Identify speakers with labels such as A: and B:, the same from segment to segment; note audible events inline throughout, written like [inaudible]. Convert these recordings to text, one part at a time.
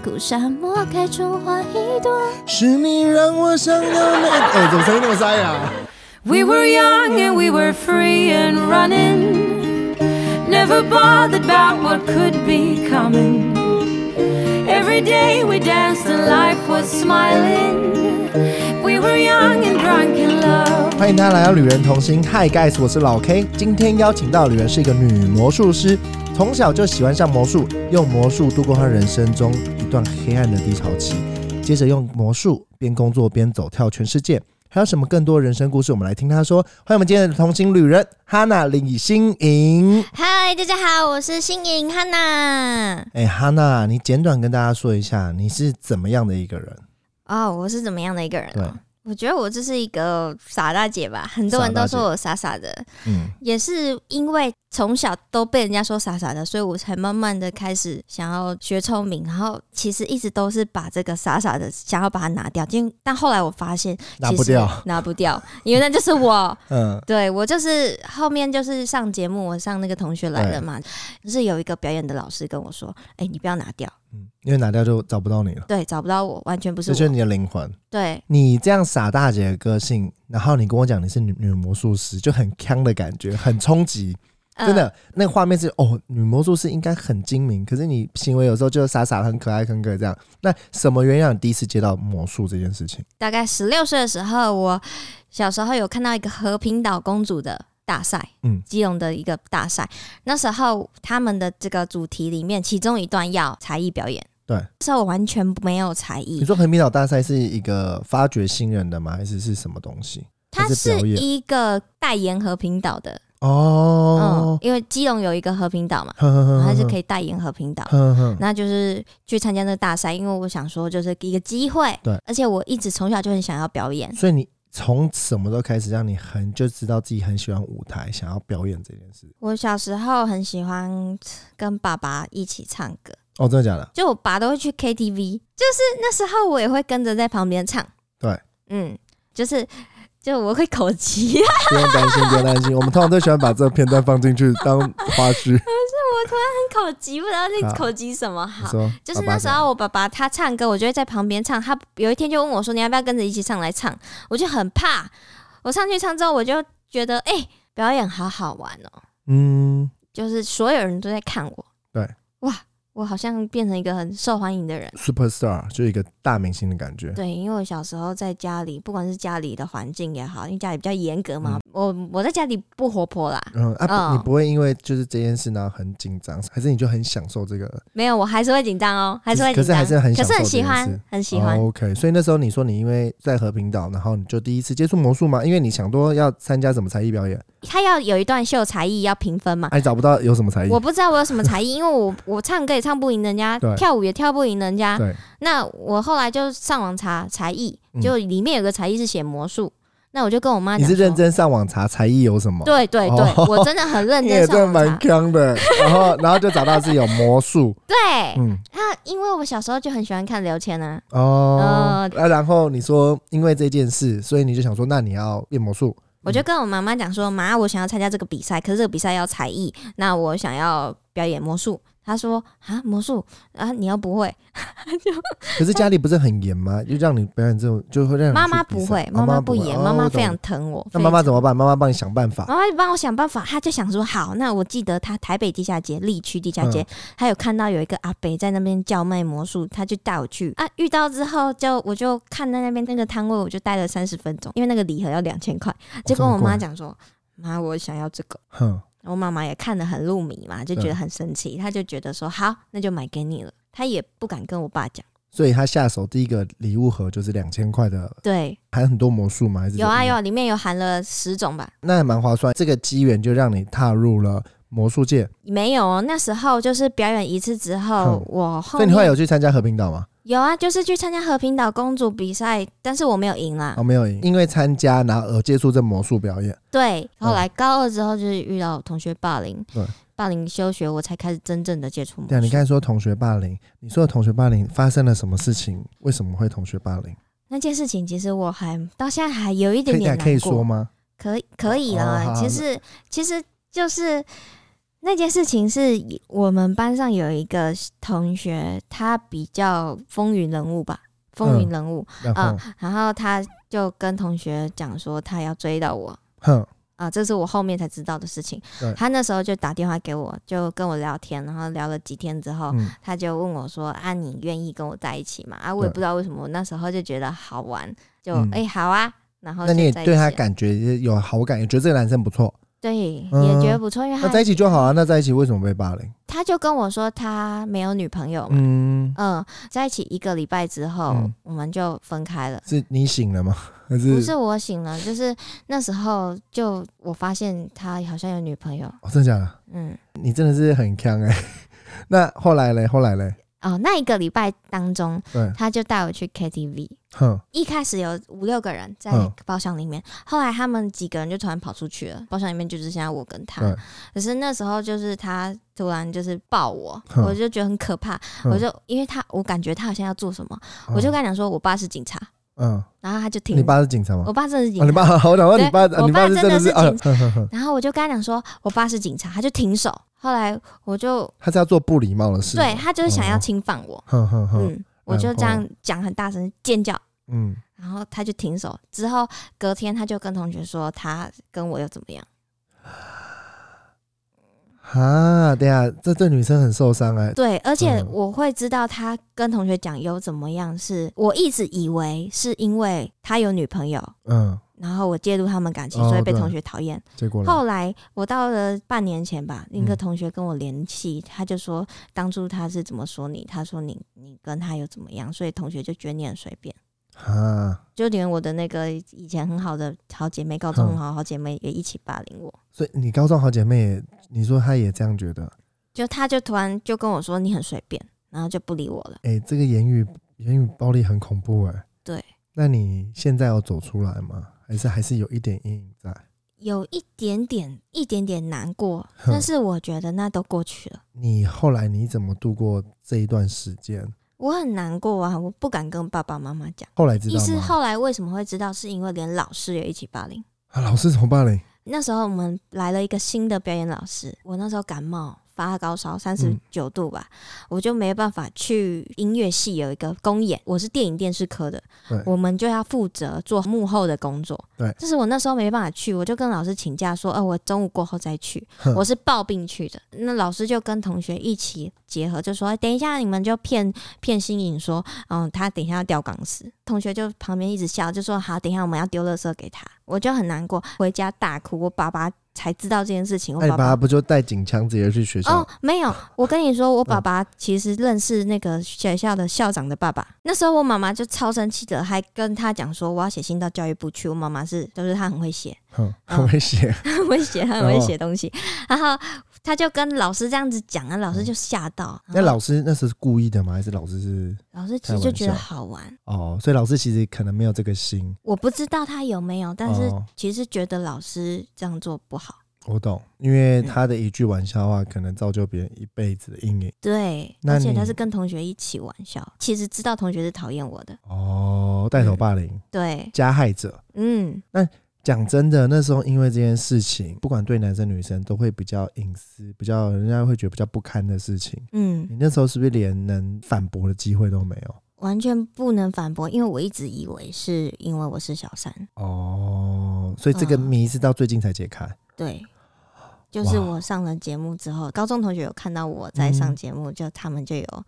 A: 土沙漠开出花一朵。
B: 是你让我想要那……哎，怎么声音那么啊沙哑？
C: We were young and we were free and running. Never bothered about what could be coming. Every day we danced and life was smiling. We were young and drunk in love.
B: 欢迎大家来到《旅人同行》，Hi guys，我是老 K。今天邀请到的旅人是一个女魔术师，从小就喜欢上魔术，用魔术度过她人生中一段黑暗的低潮期，接着用魔术边工作边走跳全世界。还有什么更多人生故事？我们来听她说。欢迎我们今天的同行旅人哈娜李欣莹。
A: 嗨，大家好，我是新颖汉娜。
B: 哎，哈娜，你简短跟大家说一下你是怎么样的一个人？
A: 哦，我是怎么样的一个人、
B: 对
A: 哦？我觉得我就是一个傻大姐吧，很多人都说我傻傻的，
B: 嗯，
A: 也是因为从小都被人家说傻傻的，所以我才慢慢的开始想要学聪明，然后其实一直都是把这个傻傻的想要把它拿掉，因为但后来我发现
B: 拿不掉，，
A: [laughs] 拿不掉，因为那就是我，
B: 嗯，
A: 对我就是后面就是上节目，我上那个同学来了嘛，就是有一个表演的老师跟我说，哎、你不要拿掉，
B: 嗯因为拿掉就找不到你了，
A: 对，找不到我，完全不是
B: 这就是
A: 我，
B: 你的灵魂。
A: 对，
B: 你这样傻大姐的个性，然后你跟我讲你是女女魔术师，就很呛的感觉，很冲击，
A: 呃
B: 真的、那个画面是哦，女魔术师应该很精明，可是你行为有时候就傻傻的很可爱，很可爱这样。那什么原因让你第一次接到魔术这件事情？
A: 大概十六岁的时候，我小时候有看到一个和平岛公主的大赛，
B: 嗯
A: 基隆的一个大赛。那时候他们的这个主题里面，其中一段要才艺表演。
B: 对
A: 那时候我完全没有才
B: 你
A: 艺，
B: 说横滨岛大赛是一个发掘新人的吗？还是是什么东西？
A: 它
B: 还是
A: 是
B: 表演
A: 一个代言和平岛的，嗯，，
B: 哦
A: 因为基隆有一个和平岛嘛，
B: 哼哼哼
A: 它是可
B: 以，
A: 以代言和平岛。
B: 哼哼，
A: 那就是去参加那个大赛，因为我想说就是一个机会，
B: 对
A: 而且我一直从小就很想要表演，
B: 所以你从什么时候开始让你很就知道自己很喜欢舞台，想要表演这件事？
A: 我小时候很喜欢跟爸爸一起唱歌，
B: 哦，真的假的？
A: 就我爸都会去 KTV，就是那时候我也会跟着在旁边唱。
B: 对，
A: 嗯，就是就我会口急，
B: 不用担心，不用担心。我们通常都喜欢把这个片段放进去当花絮。
A: 很口急，不知道
B: 好
A: 在口急什么
B: 啊
A: [laughs]
B: 你
A: 好。
B: 说，
A: 就是那时候我爸爸他唱歌，我就会在旁边唱。他有一天就问我说：“你要不要跟着一起上来唱？”我就很怕。我上去唱之后，我就觉得哎、表演好好玩哦、
B: 嗯，
A: 就是所有人都在看我。
B: 对，
A: 哇，我好像变成一个很受欢迎的人。
B: ，super star 就是一个大明星的感觉。
A: 对，因为我小时候在家里，不管是家里的环境也好，因为家里比较严格嘛，我我在家里不活泼啦，
B: 嗯啊，不
A: 嗯
B: 你不会因为就是这件事呢很紧张，还是你就很享受这个？
A: 没有，我还是会紧张哦，还是会
B: 可
A: 紧
B: 是
A: 张，
B: 还是很享受
A: 很
B: 这
A: 喜
B: 件
A: 欢
B: 事，
A: 很喜欢。
B: 哦 OK，所以那时候你说你因为在和平岛，然后你就第一次接触魔术嘛，因为你想多要参加什么才艺表演，
A: 他要有一段秀才艺要评分嘛，
B: 还找不到有什么才艺
A: 我。不知道我有什么才艺，因为我我唱歌也唱不赢人家
B: 对，
A: 跳舞也跳不赢人家。
B: 对，
A: 那我后来就上网查才艺
B: 嗯，
A: 就里面有个才艺是写魔术，那我就跟我妈
B: 你
A: 啊讲，
B: 是认？真上网查才艺有什么？
A: 对对对，
B: 哦
A: 我真的很认
B: [laughs] 你
A: 真
B: 也真
A: 上
B: 的
A: 网
B: 蛮
A: 查。
B: 刚的，然后然后就找到是有
A: [laughs]
B: 魔术，
A: 对，
B: 嗯，
A: 那因为我小时候就很喜欢看刘谦啊，
B: 哦
A: 呃，
B: 啊，然后你说因为这件事，所以你就想说，那你要变魔术，
A: 我就跟我妈妈讲说，妈，我想要参加这个比赛，可是这个比赛要才艺，那我想要表演魔术。她说啊，魔术啊，你又不会，
B: 可是家里不是很严吗？就让你表演这种，就会让你
A: 嗯妈妈
B: 去比
A: 不
B: 赛
A: 会
B: 哦，
A: 妈
B: 妈
A: 妈不演，
B: 会
A: 妈
B: 哦
A: 妈
B: 我
A: 非常
B: 懂
A: 疼我。
B: 那妈妈
A: 非常
B: 怎么办？妈妈帮你想办法。
A: 妈妈就帮我想办法，她就想说好，那我记得她台北地下街、丽区地下
B: 嗯
A: 街，她有看到有一个阿北在那边叫卖魔术，她就带我去啊。遇到之后就我就看在那边那个摊位，我就待了三十分钟，因为那个礼盒要两千块，
B: 哦
A: 就跟我妈讲说，妈，我想要这个。
B: 哼，
A: 我妈妈也看得很入迷嘛，就觉得很神
B: 嗯
A: 奇，她就觉得说好，那就买给你了。她也不敢跟我爸讲。
B: 所以他下手第一个礼物盒就是两千块的，
A: 对，
B: 还有很多魔术吗？还是
A: 有啊
B: 什么
A: 有，啊，里面有含了十种吧？
B: 那还蛮划算。这个机缘就让你踏入了魔术界，
A: 没有，哦，那时候就是表演一次之后
B: 哼，
A: 我后
B: 所以
A: 面
B: 你后来有去参加和平岛吗？
A: 有啊，就是去参加和平岛公主比赛，但是我没有赢啦。
B: 哦，没有赢，因为参加然后而接触这魔术表演。
A: 对，后来高二之后就是遇到同学霸凌，
B: 哦对
A: 霸凌休学，我才开始真正的接触魔
B: 对啊，你
A: 术。
B: 刚才说同学霸凌，你说的同学霸凌发生了什么事情？为什么会同学霸凌？
A: 那件事情其实我还到现在还有一
B: 可
A: 点
B: 以
A: 点
B: 可以
A: 难
B: 说
A: 过，
B: 吗？
A: 可以可以
B: 哦好
A: 啦。
B: 好
A: 其实其实就是那件事情是我们班上有一个同学，他比较风云人物吧，风
B: 嗯
A: 云人物
B: 然
A: 啊、
B: 后，
A: 然后他就跟同学讲说他要追到我
B: 哼，
A: 啊、这是我后面才知道的事情
B: 对。
A: 他那时候就打电话给我，就跟我聊天，然后聊了几天之后，
B: 嗯，
A: 他就问我说：“啊，你愿意跟我在一起吗？”啊，我也
B: 对
A: 不知道为什么，我那时候就觉得好玩，就哎、
B: 嗯
A: 诶好啊。然后
B: 那
A: 就
B: 你也
A: 在一
B: 对他
A: 起了
B: 感觉有好感，也觉得这个男生不错，
A: 对也
B: 嗯
A: 觉得不错，因为
B: 那
A: 他
B: 在一起就好啊。那在一起为什么被霸凌？
A: 他就跟我说他没有女朋友嘛，
B: 嗯，
A: 嗯、在一起一个礼拜之后、
B: 嗯
A: 我们就分开了。
B: 是你醒了吗？还
A: 不
B: 是
A: 是我醒了，就是那时候就我发现他好像有女朋友，
B: 哦，真的假的？
A: 嗯，
B: 你真的是很强哎、 [laughs] 那后来嘞？后来嘞？
A: 哦，那一个礼拜当中，
B: 对，
A: 他就带我去 KTV，
B: 哼，
A: 一开始有五六个人在
B: 嗯
A: 包厢里面，后来他们几个人就突然跑出去了，包厢里面就只剩下我跟他
B: 对。
A: 可是那时候就是他突然就是抱我，
B: 嗯
A: 我就觉得很可怕，
B: 嗯
A: 我就因为他我感觉他好像要做什么，我就跟他讲说我爸是警察，
B: 嗯，
A: 然后他就停
B: 你。爸是警察吗
A: 我？爸真的是警
B: 哦，你
A: 察。
B: 爸，我想问你爸，
A: 对
B: 你爸
A: 我爸
B: 真的是哦
A: 真的是警
B: 哼哼哼，
A: 然后我就跟他讲说我爸是警察，他就停手。后来我就
B: 他是要做不礼貌的事，
A: 对，他就是想要
B: 哦
A: 侵犯我，
B: 哼哼哼，
A: 嗯，我就这
B: 然
A: 样讲很大声尖叫。
B: 嗯，
A: 然后他就停手，之后隔天他就跟同学说他跟我又怎么样。
B: 啊，对啊，这对女生很受伤哎，
A: 对，而且
B: 嗯
A: 我会知道他跟同学讲有怎么样是，我一直以为是因为他有女朋友，
B: 嗯，
A: 然后我介入他们感情，
B: 哦
A: 所以被
B: 对
A: 同学讨厌。
B: 结果呢？
A: 后来我到了半年前吧，另一个
B: 嗯
A: 同学跟我联系，他就说当初他是怎么说你，他说你你跟他有怎么样，所以同学就觉得你很随便。
B: 啊，
A: 就连我的那个以前很好的好姐妹，高中很
B: 嗯
A: 好好姐妹也一起霸凌我。
B: 所以你高中好姐妹也，你说她也这样觉得，
A: 就他就突然就跟我说你很随便，然后就不理我了。
B: 哎、这个言语言语暴力很恐怖哎、
A: 对。
B: 那你现在有走出来吗？还是还是有一点阴影在？
A: 有一点点、一点点难过，
B: 哼
A: 但是我觉得那都过去了。
B: 你后来你怎么度过这一段时间？
A: 我很难过啊，我不敢跟爸爸妈妈讲。
B: 后来知
A: 意
B: 道
A: 思
B: 吗？
A: 后来为什么会知道，是因为连老师也一起霸凌。
B: 啊，老师怎么办嘞？
A: 那时候我们来了一个新的表演老师，我那时候感冒发高烧三
B: 嗯
A: 十九度吧，我就没办法去音乐系有一个公演，我是电影电视科的
B: 对，
A: 我们就要负责做幕后的工作。
B: 对
A: 就是我那时候没办法去，我就跟老师请假说，呃，我中午过后再去
B: 哼，
A: 我是抱病去的。那老师就跟同学一起结合，就说，哎等一下你们就骗骗新颖说，嗯，他等一下要吊钢丝。同学就旁边一直笑，就说好，等一下我们要丢垃圾给他。我就很难过，回家大哭。我爸爸才知道这件事情，我
B: 那你
A: 爸
B: 哎爸爸
A: 爸。
B: 不就带警枪直接去学校？
A: 哦，没有，我跟你说，我爸爸其实认识那个学校的校长的爸爸。那时候我妈妈就超生气的，还跟他讲说我要写信到教育部去。我妈妈是，就是她很会写，
B: 哼，
A: 嗯
B: 很危险。
A: 很 [laughs] 会写，她很
B: 哦
A: 会写东西。然后他就跟老师这样子讲啊，老师就吓到。
B: 嗯那
A: 然后
B: 老师那时候是故意的吗？还是老师是
A: 老师其实就觉
B: 开
A: 得
B: 玩笑
A: 好玩，
B: 哦？所以老师其实可能没有这个心。
A: 我不知道他有没有，但是
B: 哦、
A: 其实觉得老师这样做不好。
B: 我懂，因为他的一句玩笑话，可能造就别人一辈子的阴影。
A: 对，
B: 那
A: 而且
B: 你
A: 他是跟同学一起玩笑，其实知道同学是讨厌我的。
B: 哦，带头
A: 嗯
B: 霸凌、
A: 对，
B: 加害者。
A: 嗯，
B: 讲真的，那时候因为这件事情，不管对男生女生，都会比较隐私，比较人家会觉得比较不堪的事情。
A: 嗯，
B: 你那时候是不是连能反驳的机会都没有？
A: 完全不能反驳，因为我一直以为是因为我是小三，
B: 哦，所以这个
A: 嗯
B: 迷是到最近才解开。
A: 对，就是
B: 哇
A: 我上了节目之后，高中同学有看到我在上
B: 嗯
A: 节目，就他们就有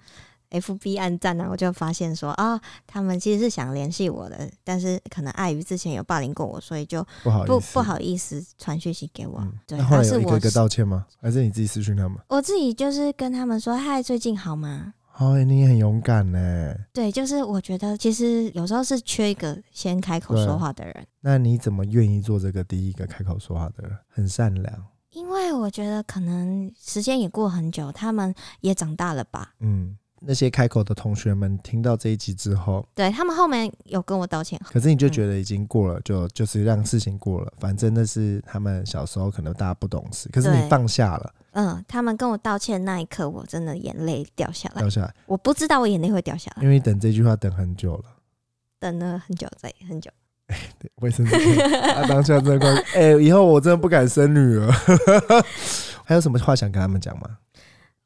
A: F B 暗赞啊，我就发现说啊、他们其实是想联系我的，但是可能碍于之前有霸凌过我，所以就
B: 不好意思，
A: 不不。好意思传讯息给我。
B: 嗯，
A: 对，
B: 那后来
A: 但是
B: 有一个
A: 我
B: 一个道歉吗？还是你自己私讯他们？
A: 我自己就是跟他们说，嗨，最近好吗？
B: 哦，你很勇敢呢。
A: 对，就是我觉得其实有时候是缺一个先开口
B: 对
A: 说话的人，
B: 那哎你怎么愿意做这个第一个开口说话的人？很善良。
A: 因为我觉得可能时间也过很久，他们也长大了吧？
B: 嗯，那些开口的同学们听到这一集之后，
A: 对他们后面有跟我道歉，
B: 可是你就觉得已经过了，就就是让事情过了，反正那是他们小时候可能大家不懂事，可是你
A: 对
B: 放下了，
A: 嗯，他们跟我道歉那一刻，我真的眼泪掉下来
B: 掉，下来，
A: 我不知道我眼泪会掉下来，
B: 因为你等这句话等很久了。
A: 等了很久，再很久。
B: [laughs] 对 [laughs] 啊 [laughs] 卫生纸，他当下真的快，哎、以后我真的不敢生女儿，还有什么话想跟他们讲吗？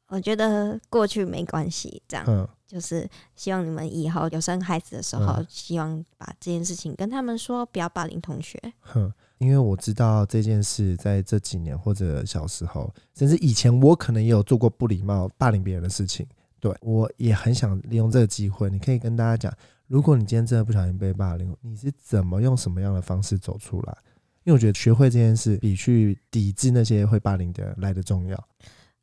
A: 我觉得过去没关系，这样、
B: 嗯，
A: 就是希望你们以后有生孩子的时候，
B: 嗯
A: 希望把这件事情跟他们说，不要霸凌同学。
B: 哼，因为我知道这件事，在这几年或者小时候，甚至以前，我可能也有做过不礼貌、霸凌别人的事情。对我也很想利用这个机会，你可以跟大家讲，如果你今天真的不小心被霸凌，你是怎么用什么样的方式走出来？因为我觉得学会这件事比去抵制那些会霸凌的人来的重要。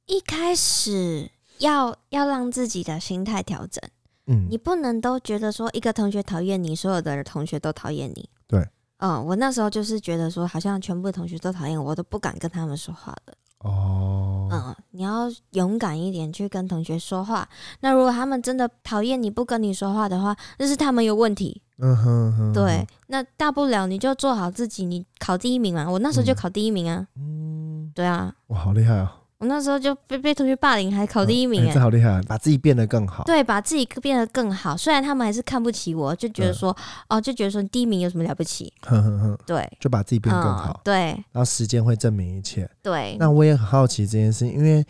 A: 一开始要要让自己的心态调整，
B: 嗯
A: 你，不能都觉得说一个同学讨厌你，所有的同学都讨厌你。
B: 对，
A: 嗯，我那时候就是觉得说，好像全部的同学都讨厌我，我都不敢跟他们说话了。
B: 哦，
A: 嗯，你要勇敢一点去跟同学说话。那如果他们真的讨厌你不跟你说话的话，那是他们有问题。
B: 嗯哼哼，
A: 对，，那大不了你就做好自己，你考第一名啊嘛。我那时候就
B: 嗯
A: 考第一名啊，
B: 嗯，
A: 对啊，
B: 哇，好厉害哦，
A: 我那时候就被被同学霸凌，还考第一名
B: 哎
A: 哎、
B: 这好厉害，把自己变得更好。
A: 对，把自己变得更好。虽然他们还是看不起我，就觉得
B: 嗯
A: 说，哦，就觉得说第一名有什么了不起？
B: 哼哼哼，
A: 对，
B: 就把自己变更好。
A: 嗯，对
B: 然后时间会证明一切。
A: 对，
B: 那我也很好奇这件事，因为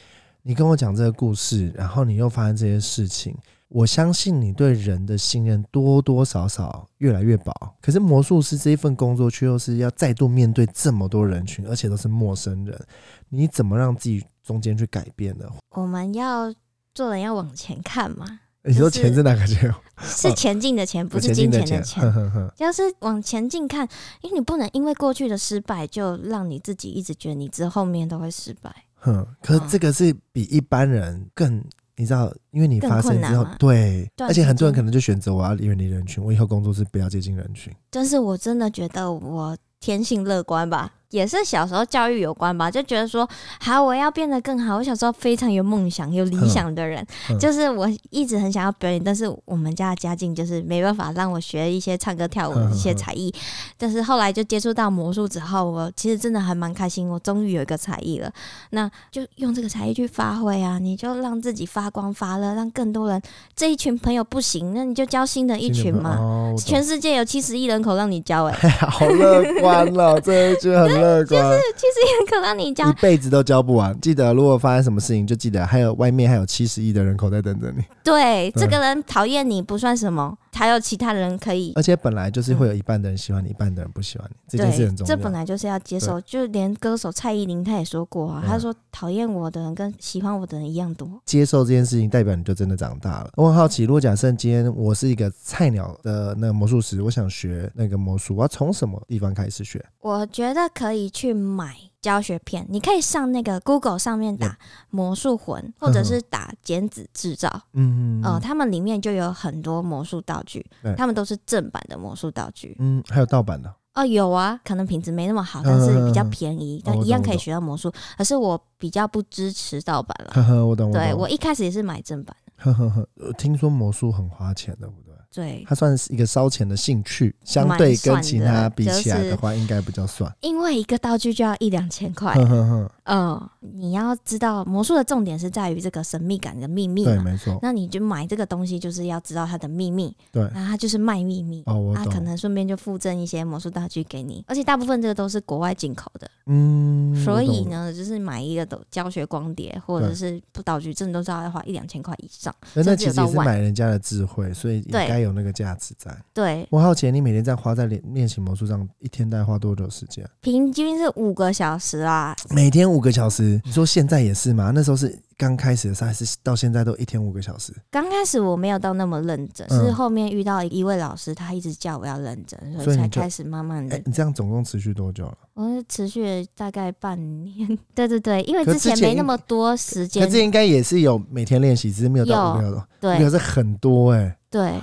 B: 你跟我讲这个故事，然后你又发生这些事情，我相信你对人的信任多多少少越来越薄。可是魔术师这一份工作，却又是要再度面对这么多人群，而且都是陌生人，你怎么让自己中间去改变的？
A: 我们要做人要往前看
B: [laughs]
A: 嘛，
B: 你说钱是哪个钱？
A: 是前进的钱，不是金
B: 进
A: 钱
B: 钱
A: 的。钱
B: 哼。哼 [laughs] 哼
A: 就是往前进看，因为你不能因为过去的失败就让你自己一直觉得你之后面都会失败。
B: 哼，可是
A: 嗯
B: 这个是比一般人更，你知道，因为你
A: 更
B: 发
A: 困
B: 生
A: 难
B: 之后
A: 嘛，
B: 对，
A: 对啊
B: 而且
A: 你
B: 很多
A: 真
B: 人可能就选择我要远离人群，我以后工作是不要接近人群。
A: 但是我真的觉得我天性乐观吧，也是小时候教育有关吧，就觉得说好，我要变得更好。我小时候非常有梦想、有理想的人，
B: 嗯嗯
A: 就是我一直很想要表演，但是我们家的家境就是没办法让我学一些唱歌、跳舞
B: 嗯嗯
A: 的
B: 嗯
A: 一些才艺。但是后来就接触到魔术之后，我其实真的还蛮开心，我终于有一个才艺了。那就用这个才艺去发挥啊，你就让自己发光发热，让更多人这一群朋友不行，那你就交新的一群
B: 新的朋
A: 嘛。
B: 友哦、我
A: [laughs]
B: 懂
A: 全世界有七十亿人口让你交、欸，
B: [laughs]
A: 哎，
B: 好乐观哦了，这一句很乐观，
A: 人口让你交
B: 一，辈子都教不完。记得，如果发生什么事情，就记得还有外面还有七十亿的人口在等着你，
A: 嗯对，
B: 对
A: 这个人讨厌你不算什么，还有其他人可以。
B: 而且本来就是会有一半的人喜欢你，一半的人不喜欢你，呃这件事
A: 对
B: 很，重
A: 这
B: 要。
A: 本来就是要接受，就连歌手蔡依林她也说过啊，
B: 嗯
A: 她说讨厌我的人跟喜欢我的人一样多。
B: 接受这件事情，代表你就真的长大了。我很好奇，如果假设今天我是一个菜鸟的那个魔术师，我想学那个魔术，我要从什么地方开始学？
A: 我觉得可以去买教学片，你可以上那个 Google 上面打“魔术魂”或者是打“剪纸制造”，
B: 嗯，
A: 呃，他们里面就有很多魔术道具
B: 对，
A: 他们都是正版的魔术道具。
B: 嗯，还有盗版的，
A: 哦，有啊，可能品质没那么好，但是比较
B: 嗯嗯嗯
A: 便宜，
B: 哦
A: 但
B: 我
A: 一样
B: 懂
A: 可
B: 我
A: 以
B: 懂
A: 学到魔术。可是我比较不支持盗版了。
B: 呵呵，我懂，我懂。
A: 对我一开始也是买正版的，
B: 呵呵呵，我听说魔术很花钱的，对不对？
A: 对，
B: 它算是一个烧钱的兴趣，相对跟其他比起来的话，应该比较算。
A: 因为一个道具就要一两千块。
B: 呵呵呵，
A: 嗯，你要知道魔术的重点是在于这个神秘感的秘密
B: 对，
A: 嘛。
B: 没错，
A: 那你就买这个东西，就是要知道它的秘密，
B: 对。
A: 那它就是卖秘密。
B: 哦，我
A: 它可
B: 懂。
A: 能顺便就附赠一些魔术道具给你，而且大部分这个都是国外进口的，
B: 嗯，
A: 所以
B: 我懂，
A: 呢，就是买一个都教学光碟或者
B: 对
A: 是不道具，真的都知道要花一两千块以上。
B: 那那
A: 甚至
B: 其
A: 有
B: 实也
A: 到
B: 是
A: 万
B: 买人家的智慧，所以应
A: 对
B: 该有那个价值在。
A: 对，
B: 我好奇，你每天在花在练练习魔术上，一天大概花多久时间？啊
A: 平均是五个小时啊，
B: 每天五个小时。你说现在也是吗？那时候是刚开始的时候，还是到现在都一天五个小时？
A: 刚开始我没有到那么认真，
B: 嗯
A: 是后面遇到一位老师，他一直叫我要认真，所
B: 所
A: 以
B: 以你
A: 才
B: 就
A: 开始慢慢
B: 哎、
A: 的。
B: 你这样总共持续多久了？
A: 我是持续了大概半年， [laughs] 对对对，因为
B: 可
A: 之
B: 之前
A: 前没那么多时
B: 可
A: 间
B: 之，前应该也是有每天练习，只是没有到
A: 有
B: 五个小时。五个小
A: 对
B: 时很多哎、
A: 对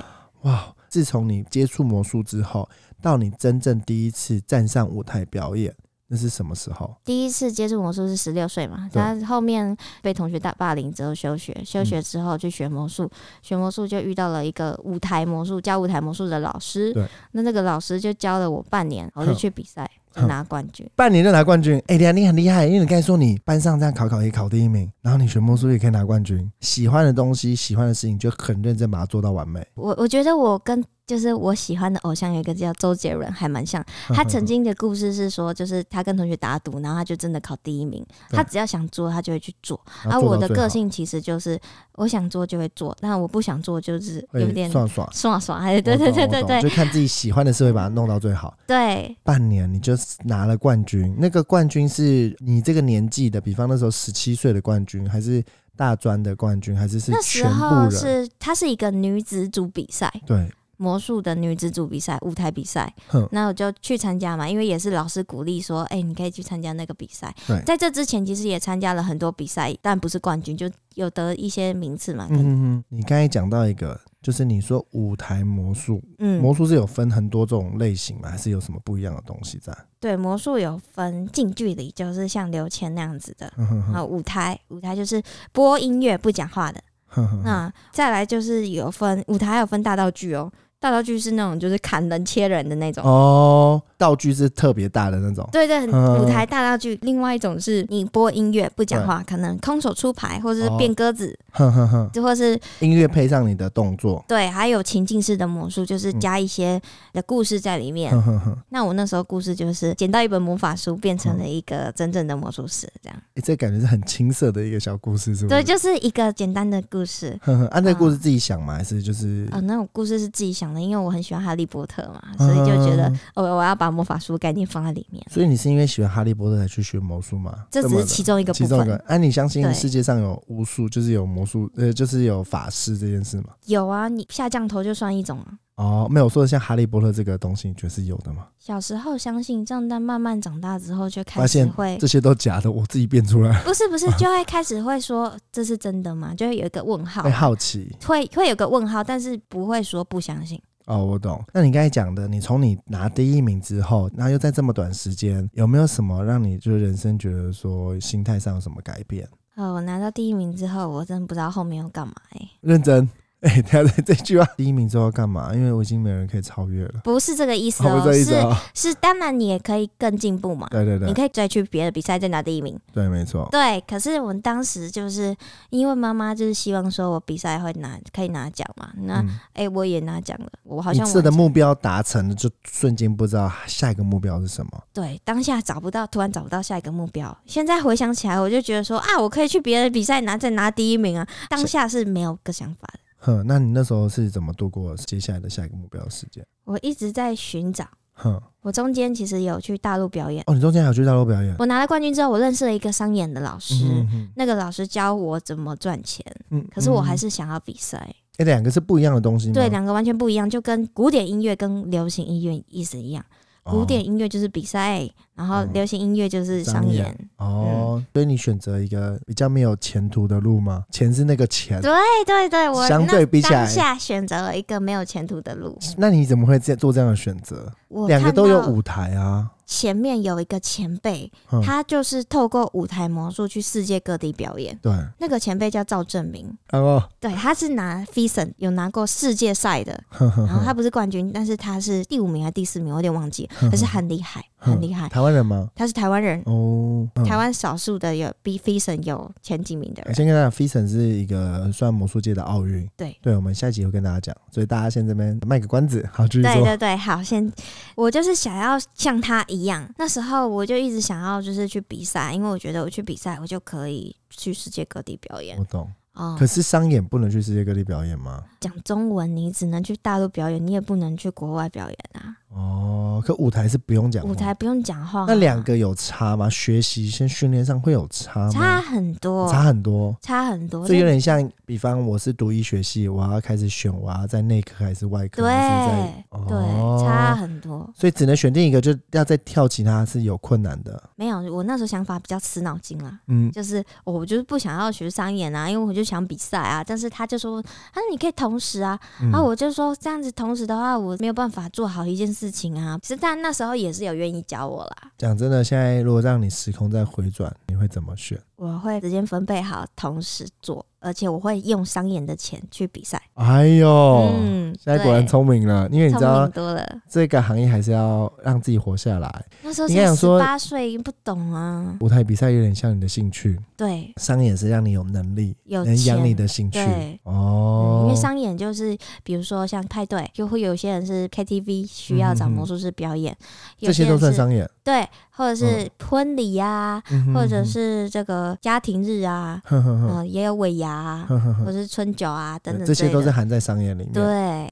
B: 哇！自从你接触魔术之后，到你真正第一次站上舞台表演，那是什么时候？
A: 第一次接触魔术是十六岁嘛，
B: 对嗯
A: 他后面被同学大霸凌之后休学，休学之后去学魔术，学魔术就遇到了一个舞台魔术教舞台魔术的老师
B: 对，
A: 那那个老师就教了我半年，我就
B: 哼
A: 去比赛就
B: 哼
A: 拿冠军。
B: 半年就拿冠军，哎、等一下你很厉害，因为你刚才说你班上这样考考也考第一名，然后你学魔术也可以拿冠军。喜欢的东西、喜欢的事情，就很认真把它做到完美。
A: 我我觉得我跟就是我喜欢的偶像有一个叫周杰伦，还蛮像。他曾经的故事是说，就是他跟同学打赌，然后他就真的考第一名。
B: 对
A: 他只要想做，他就会去做。
B: [laughs] 然
A: 而、
B: 后做
A: 啊我
B: 到
A: 的
B: 最好
A: 个性其实就是，我想做就会做，那我不想做就是
B: 哎
A: 有点
B: 算算，
A: 耍耍。哎， [laughs] 对对
B: 我懂
A: 对
B: 我
A: 对
B: 懂
A: 对
B: 就看自己喜欢的事会把它弄到最好。
A: 对，
B: 半年你就拿了冠军，那个冠军是你这个年纪的，比方那时候十七岁的冠军，还是大专的冠军，还是是
A: 那时
B: 全部
A: 候
B: 人？
A: 是啊它是一个女子组比赛，
B: 对，
A: 魔术的女子组比赛，舞台比赛
B: 哼。
A: 那我就去参加嘛，因为也是老师鼓励说，哎、你可以去参加那个比赛
B: 对。
A: 在这之前，其实也参加了很多比赛，但不是冠军，就有得一些名次嘛。
B: 嗯哼哼。你刚才讲到一个，就是你说舞台魔术，
A: 嗯，
B: 魔术是有分很多种类型吗？还是有什么不一样的东西在？
A: 对，魔术有分近距离，就是像刘谦那样子的。
B: 哼哼
A: 然
B: 哼
A: 后舞台，舞台就是播音乐不讲话的。
B: 哼哼哼
A: 那再来就是有分舞台，还有分大道具哦。大道具是那种就是砍人切人的那种。
B: 哦，道具是特别大的那种，
A: 对对，
B: 嗯
A: 舞台大道具。另外一种是你播音乐不讲话，可能空手出牌，或者是
B: 哦
A: 变鸽子，
B: 哼哼哼，
A: 就或是
B: 音乐配上你的动作，
A: 对，还有情境式的魔术，就是
B: 嗯
A: 加一些的故事在里面。
B: 哼哼哼。
A: 那我那时候故事就是捡到一本魔法书，变成
B: 嗯
A: 了一个真正的魔术师，这样。
B: 欸，这感觉是很青涩的一个小故事，是不是？
A: 对，就是一个简单的故事。
B: 呵呵，按、啊、这个故事自己想吗？还是就是？
A: 啊、那种故事是自己想的，因为我很喜欢哈利波特嘛，所以就觉得
B: 嗯，
A: 哦，我要把魔法书概念放在里面。
B: 所以你是因为喜欢哈利波特才去学魔术吗？
A: 这只
B: 么
A: 是
B: 的
A: 其中一个部
B: 其中一个
A: 分。。
B: 啊，你相信
A: 对
B: 世界上有巫术，就是有魔术，呃，就是有法师这件事吗？
A: 有啊，你下降头就算一种啊。
B: 哦，没有说像哈利波特这个东西，你觉得是有的吗？
A: 小时候相信，这样但慢慢长大之后就开
B: 发
A: 始
B: 现
A: 会，
B: 这些都假的，我自己变出来，
A: 不是不是，就会开始会说这是真的吗？就会有一个问号
B: 会，好奇。
A: 会会有个问号，但是不会说不相信。
B: 哦，我懂。那你刚才讲的，你从你拿第一名之后，然后又在这么短时间，有没有什么让你就是人生觉得说心态上有什么改变？
A: 哦，我拿到第一名之后，我真的不知道后面要干嘛哎、
B: 认真。哎、等一下这这句话第一名之后要干嘛？因为我已经没人可以超越了，
A: 不是这个意思
B: 好
A: 哦，
B: 不这意思
A: 是
B: 啊？
A: 是，当然你也可以更进步嘛，
B: 对对啊
A: 你
B: 哦对，
A: 可以再去别的比赛再拿第一名。
B: 对，没错。
A: 对，可是我们当时就是因为妈妈就是希望说我比赛会拿可以拿奖嘛，那哎、
B: 嗯，
A: 诶我也拿奖了，我好
B: 一
A: 像
B: 次的
A: 完成
B: 目标达成了，就瞬间不知道下一个目标是什么。
A: 对当下找不到，突然找不到下一个目标。现在回想起来，我就觉得说啊，我可以去别的比赛拿再拿第一名啊，当下是没有个想法的，
B: 哼，那你那时候是怎么度过接下来的下一个目标的时间？
A: 我一直在寻找。
B: 哼，
A: 我中间其实有去大陆表演，
B: 哦，你中间还有去大陆表演？
A: 我拿了冠军之后，我认识了一个商演的老师。
B: 嗯哼
A: 那个老师教我怎么赚钱，
B: 嗯
A: 可是我还
B: 是
A: 是想要比赛。
B: 哎，两、个是不一样的东西吗？
A: 对，两个完全不一样，就跟古典音乐跟流行音乐意思一样。
B: 哦
A: 古典音乐就是比赛，然后
B: 嗯
A: 流行音乐就是商
B: 商
A: 演。
B: 哦，哦所以你选择一个比较没有前途的路吗？钱是那个钱，
A: 对对对，我
B: 相
A: 那
B: 对比起来
A: 当下选择了一个没有前途的路。
B: 那你怎么会这做这样的选择？
A: 我
B: 两个
A: 看
B: 都有
A: 到
B: 舞台啊。
A: 前面有一个前辈，
B: 嗯
A: 他就是透过舞台魔术去世界各地表演。
B: 对，
A: 那个前辈叫赵正明，
B: 然后，
A: 对，他是拿 Fison 有拿过世界赛的，
B: 哼哼
A: 然后
B: 嗯哼嗯
A: 他不是冠军，但是他是第五名还是第四名，我有点忘记，
B: 哼
A: 可是很厉害，
B: 哼
A: 很厉害。
B: [laughs] 台湾人吗？
A: 他是台湾人，
B: 哦，嗯
A: 台。湾少数的有比 Fison 有前几名的人。
B: 先跟大家讲，Fison 是一个算魔术界的奥运，
A: 对
B: 对，我们下一集会跟大家讲，所以大家先这边卖个关子，好，继续
A: 对
B: 说，
A: 对对，好，先我就是想要像他一样，那时候我就一直想要就是去比赛，因为我觉得我去比赛，我就可以去世界各地表演
B: 我懂。
A: 哦
B: 嗯可。是商演不能去世界各地表演吗？
A: 讲中文，你只能去大陆表演，你也不能去国外表演啊。
B: 哦，可舞台是不用讲话，
A: 舞台不用讲话、啊
B: 那两个有差吗？学习先训练上会有差
A: 差
B: 吗？
A: 很多，
B: 差很多，
A: 差很多。
B: 所以有点像，比方我是读医学系，我要开始选我要在内科还是外科，
A: 对
B: 还是在哦
A: 对，差很多。
B: 所以只能选定一个，就要再跳其他是有困难的，
A: 没有，我那时候想法比较死脑筋啦。
B: 嗯，
A: 就是我就是不想要学商演啊，因为我就想比赛啊。但是他就说，他说你可以同时啊，
B: 嗯
A: 然后我就说这样子，同时的话，我没有办法做好一件事情啊。其实但那时候也是有愿意教我啦，
B: 讲真的，现在如果让你时空再回转，你会怎么选
A: 我会直接分配好，同时做，而且我会用商演的钱去比赛。
B: 哎呦，
A: 嗯，
B: 现在果然
A: 对
B: 聪明了，因为你
A: 聪
B: 知道
A: 明多了。
B: 这个行业还是要让自己活下来。
A: 那时候
B: 应该
A: 才
B: 想
A: 十
B: 说
A: 八岁，不懂啊。
B: 舞台比赛有点像你的兴趣，
A: 对，
B: 商演是让你有能力，
A: 有
B: 能养
A: 呃钱
B: 你的兴趣
A: 对
B: 哦
A: 嗯因为。商演演就是，比如说像派对，就会有些人是 KTV 需要找
B: 嗯嗯嗯
A: 魔术师表演，有
B: 这些都
A: 人
B: 算
A: 是
B: 商演，
A: 对，或者是婚礼啊，
B: 嗯哼
A: 或者
B: 哼 [laughs]
A: 是这个家庭日啊，
B: 哼哼哼
A: 嗯、
B: [laughs]
A: 也有尾牙啊，
B: 哼哼
A: 或者
B: 哼
A: 是春酒啊等等
B: 嗯这些
A: 之类
B: 都是
A: 的
B: 含在商演里面。
A: 对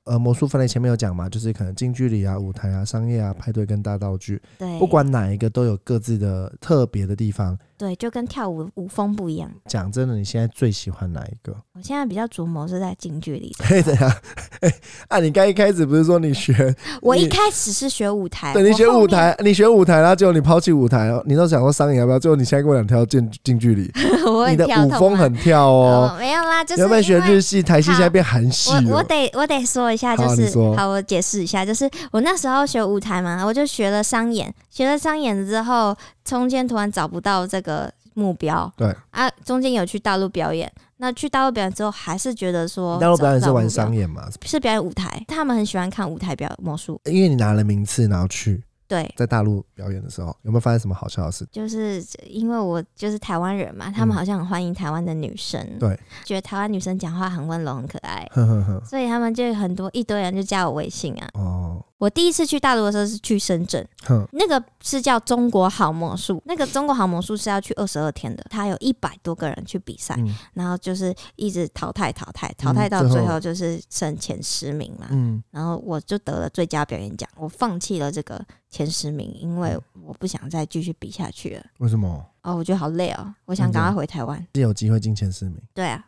B: 呃，魔术分类前面有讲嘛，就是可能近距离啊、舞台啊、商业啊、派对跟大道具，
A: 对，
B: 不管哪一个都有各自的特别的地方。
A: 对，就跟跳舞舞风不一样。
B: 讲真的，你现在最喜欢哪一个？ [laughs]
A: 我现在比较琢磨是在近距离的。
B: 嘿，等一下，哎，啊，你刚一开始不是说你学，
A: 我
B: 你
A: 一开始是学舞台，
B: [laughs] 对你
A: 哎我
B: 学
A: 后面
B: 舞台，你学舞台，然后结果你抛弃舞台，哦你都想说商演要不要？最后你现在跟我讲跳近近距离，
A: [laughs] 我
B: 你
A: 很
B: 的
A: 跳
B: 舞
A: 痛啊
B: 风
A: 吗
B: 很跳哦。
A: [laughs] 哦，没有啦，就是
B: 原本
A: 因
B: 学
A: 为
B: 日系、台戏，现在变韩系
A: 我我
B: 了。
A: 得我得说一下，就
B: 好你
A: 是
B: 说
A: 好，我解释一下，就是我那时候学舞台嘛，我就学了商演，学了商演之后，中间突然找不到这个目标，
B: 对
A: 啊，中间有去大陆表演，那去大陆表演之后，还是觉得说
B: 大陆表演
A: 找不
B: 是
A: 到
B: 玩
A: 目标
B: 商演嘛？
A: 是表演舞台，他们很喜欢看舞台表魔术，
B: 因为你拿了名次，然后去
A: 对。
B: 在大陆表演的时候，有没有发生什么好笑的事？
A: 就是因为我就是台湾人嘛，他们
B: 嗯
A: 好像很欢迎台湾的女生，
B: 对，
A: 觉得台湾女生讲话很温柔、很可爱，
B: 哼哼哼，
A: 所以他们就有很多一堆人就加我微信啊。
B: 哦，
A: 我第一次去大陆的时候是去深圳，
B: 哼，
A: 那个是叫中国好魔术，那个中国好魔术是要去二十二天的，它有一百多个人去比赛，
B: 嗯
A: 然后就是一直淘汰、淘汰、淘汰到
B: 最后
A: 最后就是剩前十名嘛。
B: 嗯，
A: 然后我就得了最佳表演奖，我放弃了这个前十名，因为
B: 嗯
A: 我不想再继续比下去了。
B: 为什么？
A: 哦，我觉得好累哦，我想赶快回台湾。
B: 是有机会进前四名？
A: 对啊，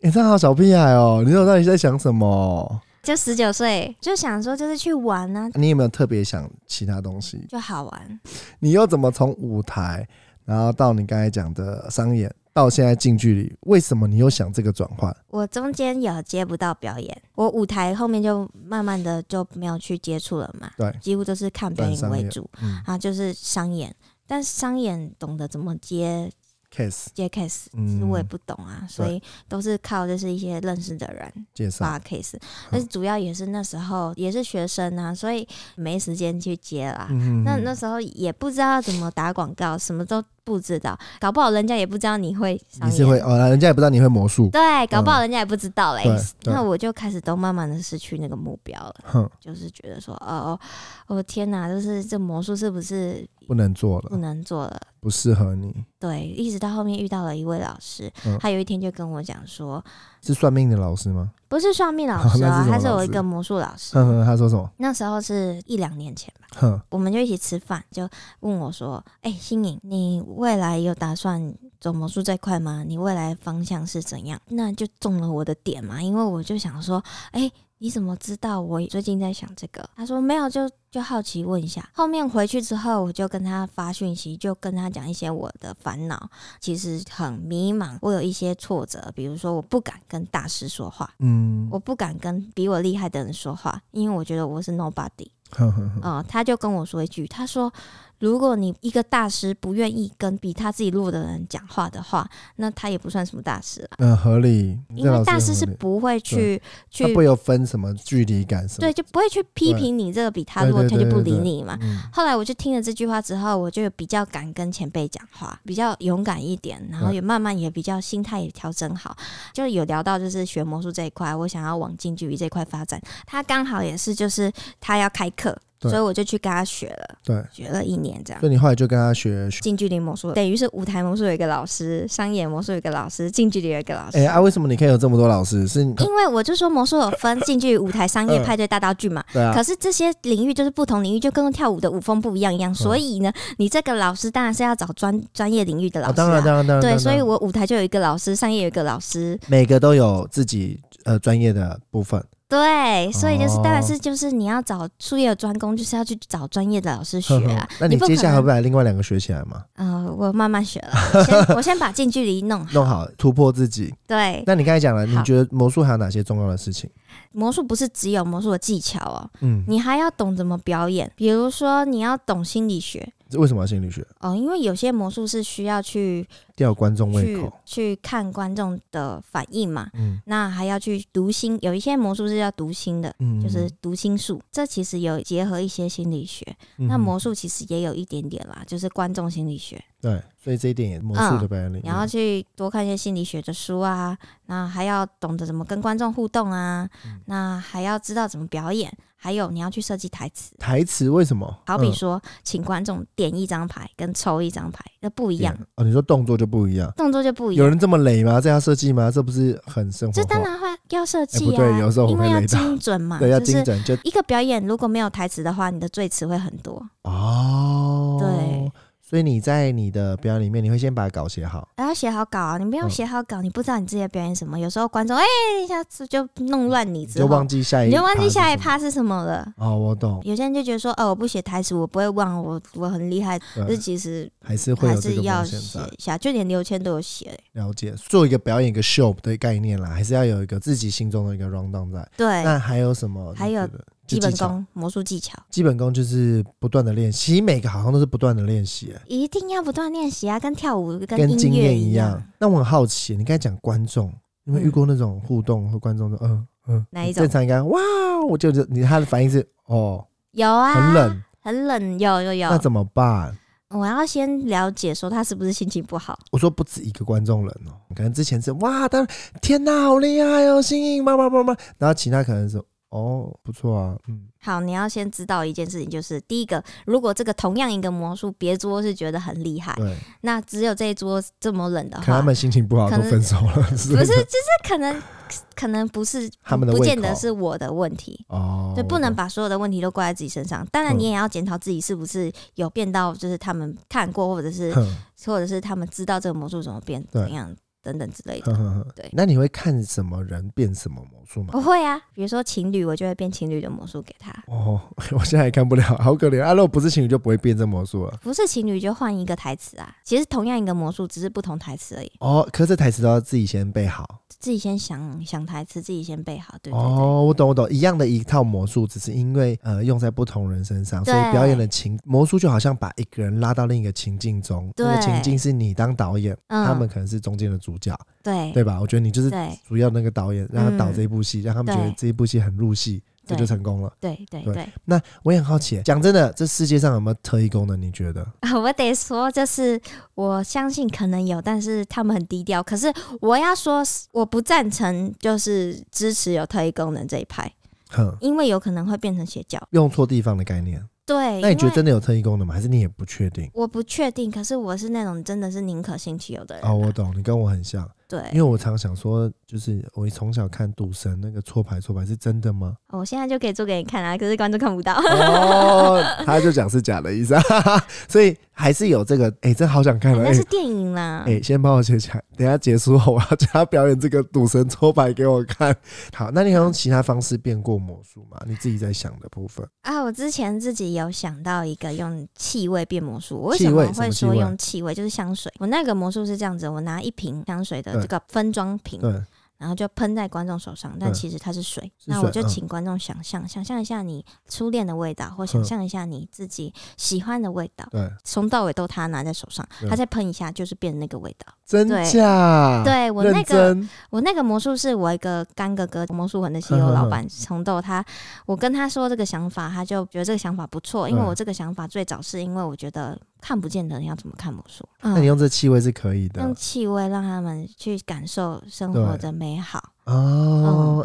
B: 你、这样好小屁孩哦！你这种到底在想什么？
A: 就十九岁就想说就是去玩啊，
B: 你有没有特别想其他东西？
A: 就好玩。
B: 你又怎么从舞台，然后到你刚才讲的商演，到现在近距离，为什么你又想这个转换？
A: 我中间有接不到表演，我舞台后面就慢慢的就没有去接触了嘛，
B: 对
A: 几乎都是看表演为主，
B: 嗯
A: 啊，就是商演。但是商演懂得怎么接
B: ，case
A: 接 case，
B: 嗯
A: 是我也不懂啊，所以都是靠就是一些认识的人
B: 介绍，
A: 发 case，但是主要也是那时候也是学生啊，所以没时间去接啦。
B: 嗯
A: 那那时候也不知道怎么打广告，什么都不知道，搞不好人家也不知道你会商
B: 你
A: 演。
B: 是会哦，人家也不知道你会魔术，
A: 对，搞不好人家也不知道嘞、
B: 对对
A: 那我就开始都慢慢的失去那个目标了，
B: 哼，
A: 就是觉得说，哦，我、哦、天哪，就是这魔术是不是
B: 不能做
A: 不
B: 了，
A: 能做了？
B: 不适合你，
A: 对，一直到后面遇到了一位老师，
B: 嗯
A: 他有一天就跟我讲说，
B: 是算命的老师吗？
A: 不是算命老师
B: [laughs] 那
A: 哦，
B: 是什么
A: 他是
B: 老
A: 我
B: 师
A: 一
B: 嗯
A: 个魔术老师。
B: 哼哼，他说什么？
A: 那时候是一两年前吧，
B: 哼，
A: 我们就一起吃饭，就问我说：“哎、新颖，你未来有打算走魔术这块吗？你未来方向是怎样？”那就中了我的点嘛，因为我就想说：“哎、你怎么知道我最近在想这个？”他说：“没有，就就好奇问一下。”后面回去之后，我就跟他发讯息，就跟他讲一些我的烦恼，其实很迷茫，我有一些挫折，比如说我不敢跟大师说话，
B: 嗯，
A: 我不敢跟比我厉害的人说话，因为我觉得我是 nobody。
B: 哼哼哼，
A: 啊、他就跟我说一句，他说：“如果你一个大师不愿意跟比他自己弱的人讲话的话，那他也不算什么大师了，
B: 嗯，合理，
A: 因
B: 这老
A: 为
B: 师
A: 大师
B: 很合
A: 是
B: 理
A: 不会去去
B: 他不会有分什么距离感什么，
A: 对，就不会去批
B: 对
A: 评你这个比他
B: 对
A: 弱，
B: 对
A: 他就
B: 对
A: 不
B: 对
A: 理
B: 对
A: 你嘛。
B: 嗯，
A: 后来我就听了这句话之后，我就比较敢跟前辈讲话，比较勇敢一点，然后也慢慢也比较心态也调整好。就有聊到就是学魔术这一块，我想要往近距离这一块发展。他刚好也是就是他要开课，
B: 对
A: 所以我就去跟他学了，
B: 对。
A: 学了一年这样。
B: 所以你后来就跟他学，学
A: 近距离魔术，等于是舞台魔术有一个老师，商演魔术有一个老师，近距离有一个老师。
B: 哎、啊，为什么你可以有这么多老师？是你，
A: 因为我就说魔术有分近距离舞台、商业、
B: 嗯
A: 派对、大道具嘛，
B: 对啊
A: 可，是这些领域就是不同领域，就跟跳舞的舞风不一样一
B: 嗯
A: 样，所以呢，你这个老师当然是要找专专业领域的老师、
B: 啊，当然，当然，当然，当
A: 对，
B: 然
A: 所以我舞台就有一个老师，商业有一个老师，
B: 每个都有自己呃专业的部分，
A: 对，所以就是
B: 哦
A: 当然是就是你要找术业有专攻，就是要去找专业的老师学
B: 呵呵
A: 啊。
B: 那你
A: 不可
B: 接下来会
A: 能
B: 不会把另外两个学起来嘛？
A: 呃，我慢慢学了，我先我先把近距离弄好。
B: 弄好突破自己。
A: 对，
B: 那你刚才讲了，你
A: 好
B: 觉得魔术还有哪些重要的事情？
A: 魔术不是只有魔术的技巧哦，
B: 嗯，
A: 你还要懂怎么表演，比如说你要懂心理学
B: 为什么要心理学？
A: 哦，因为有些魔术是需要去
B: 吊观众胃
A: 去
B: 口。
A: 去看观众的反应嘛，
B: 嗯
A: 那还要去读心，有一些魔术是要读心的。
B: 嗯
A: 就是读心术，这其实有结合一些心理学。
B: 嗯
A: 那
B: 嗯
A: 魔术其实也有一点点啦，就是观众心理学。
B: 对，所以这一点也魔术的
A: 嗯
B: 表演里面，
A: 你要去多看一些心理学的书啊，那还要懂得怎么跟观众互动啊，
B: 嗯
A: 那还要知道怎么表演，还有你要去设计台词。
B: 台词为什么？
A: 好比
B: 嗯
A: 说，请观众点一张牌跟抽一张牌，那不一
B: 点
A: 样，
B: 哦，你说动作就不一样。
A: 动作就不一
B: 有
A: 样。
B: 人这么累吗？这样设计吗？这不是很生活
A: 这
B: 化？
A: 当然会要设
B: 哎不
A: 计啊，
B: 对有时候我
A: 因为
B: 会
A: 要
B: 累到
A: 精准嘛，
B: [laughs] 对，要
A: 就
B: 精
A: 是
B: 准就
A: 一个表演如果没有台词的话，你的赘词会很多。
B: 哦。
A: 对，
B: 所以你在你的表演里面，你会先把稿写好。
A: 然后写好稿啊，你没有
B: 嗯
A: 写好稿，你不知道你自己在表演什么。有时候观众哎、一下子就弄乱你
B: 你
A: 之
B: 就
A: 后
B: 忘，记下一，
A: 你就忘记下一。趴是什么了。
B: 哦，我懂，
A: 有些人就觉得说，哦，我不写台词，我不会忘，我我很厉害。
B: 对
A: 可是其实
B: 还是嗯会
A: 还
B: 有这
A: 是
B: 个
A: 要
B: 风
A: 写
B: 险在。
A: 一下，就连刘谦都有写、欸。
B: 了解，做一个表演一个 show 的概念啦，还是要有一个自己心中的一个 round down 在。
A: 对，
B: 那还有什么？
A: 还有
B: 你觉得
A: 基本，
B: 就技巧
A: 功、魔术技巧
B: 基本功就是不断的练习，其实每个好像都是不断的练习，哎
A: 一定要不断练习啊，跟跳舞、跟
B: 跟
A: 音
B: 经
A: 乐
B: 验一样
A: 样。。
B: 那我很好奇，你刚才讲观众，你有没有遇
A: 嗯
B: 过那种互动和观众说，嗯嗯，
A: 哪一
B: 你
A: 种
B: 正常应该哇，我就就你他的反应是哦，
A: 有啊，
B: 很冷，
A: 很冷，有有
B: 那
A: 有。
B: 怎么办？
A: 我要先了解说他是不是心情不好。
B: 我说不止一个观众人哦，可能之前是哇，当然天哪，好厉害哦，新颖，妈妈妈妈，然后其他可能是哦，不错啊，嗯，
A: 好，你要先知道一件事情，就是第一个，如果这个同样一个魔术，别桌是觉得很厉害，
B: 对，
A: 那只有这一桌这么冷的
B: 嗯可能他
A: 话，
B: 们心情不好
A: 啊可
B: 都
A: 能
B: 分手了，
A: 不
B: 是
A: 是，就是可能可能不是
B: 他们的胃
A: 不见得
B: 口
A: 是我的问题。
B: 哦，
A: 对，不能把所有的问题都怪在自己身上。当然，
B: 嗯
A: 你也要检讨自己是不是有变到，就是他们看过，或者是
B: 哼
A: 或者是他们知道这个魔术怎么变、怎
B: 对
A: 么样等等之类
B: 哼
A: 的。
B: 哼哼
A: 对
B: 嗯那你会看什么人变什么魔术吗？
A: 我会啊，比如说情侣，我就会变情侣的魔术给他；
B: 哦， [laughs] 我现在也看不了，好可怜啊！如果不是情侣，就不会变这魔术了。
A: 不是情侣就换一个台词啊。其实同样一个魔术，只是不同台词而已。
B: 哦，可是台词都要自己先背好。
A: 自己先想想台词，自己先背好，对对对。
B: 哦，我懂，我懂，一样的一套魔术，只是因为呃用在不同人身上，所以
A: 对
B: 表演的情魔术就好像把一个人拉到另一个情境中，那个
A: 对
B: 情境是你当导演，
A: 嗯
B: 他们可能是中间的主角，
A: 对
B: 对吧？我觉得你就是
A: 对
B: 主要那个导演，让他导
A: 嗯
B: 这一部戏，让他们觉得
A: 对
B: 这一部戏很入戏，这就
A: 对
B: 成功了。
A: 对对
B: 对
A: 对。
B: 那我也很好奇，讲真的，这世界上有没有特异功能？你觉得？
A: 啊， [laughs] 我得说，就是我相信可能有，但是他们很低调。可是我要说，我不赞成就是支持有特异功能这一派，
B: 哼，
A: 因为有可能会变成邪教。
B: 用错地方的概念。
A: 对，
B: 那你觉
A: 因
B: 得
A: 为
B: 真的有特异功能吗？还是你也不确定？
A: 我不确定，可是我是那种真的是宁可信其有的人啊、
B: 哦，我懂，你跟我很像，因
A: 对
B: 为，我常想说，就是我从小看赌神那个搓牌搓牌是真
A: [laughs]
B: 的吗？
A: 我现在就可以做给你看啊，可是观众看不到。
B: 哦，他就讲是假的意思， [laughs] 哈哈哈所以还是有这个，哎、真好想看
A: [laughs]
B: 了，
A: 那
B: 哎、
A: 是电影啦。
B: 哎、先帮我写起来，等一下结束后我要叫他表演这个赌神搓牌给我看。 [laughs] 好，那你还用其他方式变过魔术吗？你自己在想的部分，
A: 啊，我之前自己有想到一个用气味变魔术，我为
B: 气
A: 什
B: 味
A: 么
B: 什么
A: 会
B: 气
A: 说
B: 味
A: 用气味？就是香水。我那个魔术是这样子，我拿一瓶香水的
B: 对
A: 这个分装瓶，
B: 对，
A: 然后就喷在观众手上，
B: 嗯
A: 但其实它是水。
B: 是
A: 那我
B: 水
A: 就
B: 嗯
A: 请观众想象，想象一下你初恋的味道，或
B: 嗯
A: 想象一下你自己喜欢的味道，
B: 对，
A: 从到尾都他拿在手上
B: 对，
A: 他再喷一下就是变那个味道。
B: 真
A: 对
B: 假？
A: 对我
B: 啊认
A: 那个嗯
B: 真
A: 我那个魔术是我一个干哥哥魔术魂的 CEO 老板红豆，他我跟他说这个想法，他就觉得这个想法不错，因为
B: 嗯
A: 我这个想法最早是因为我觉得看不见的人要怎么看魔术，
B: 那
A: 嗯，
B: 你用这气味是可以的，
A: 用气味让他们去感受生活的美好，
B: 哦，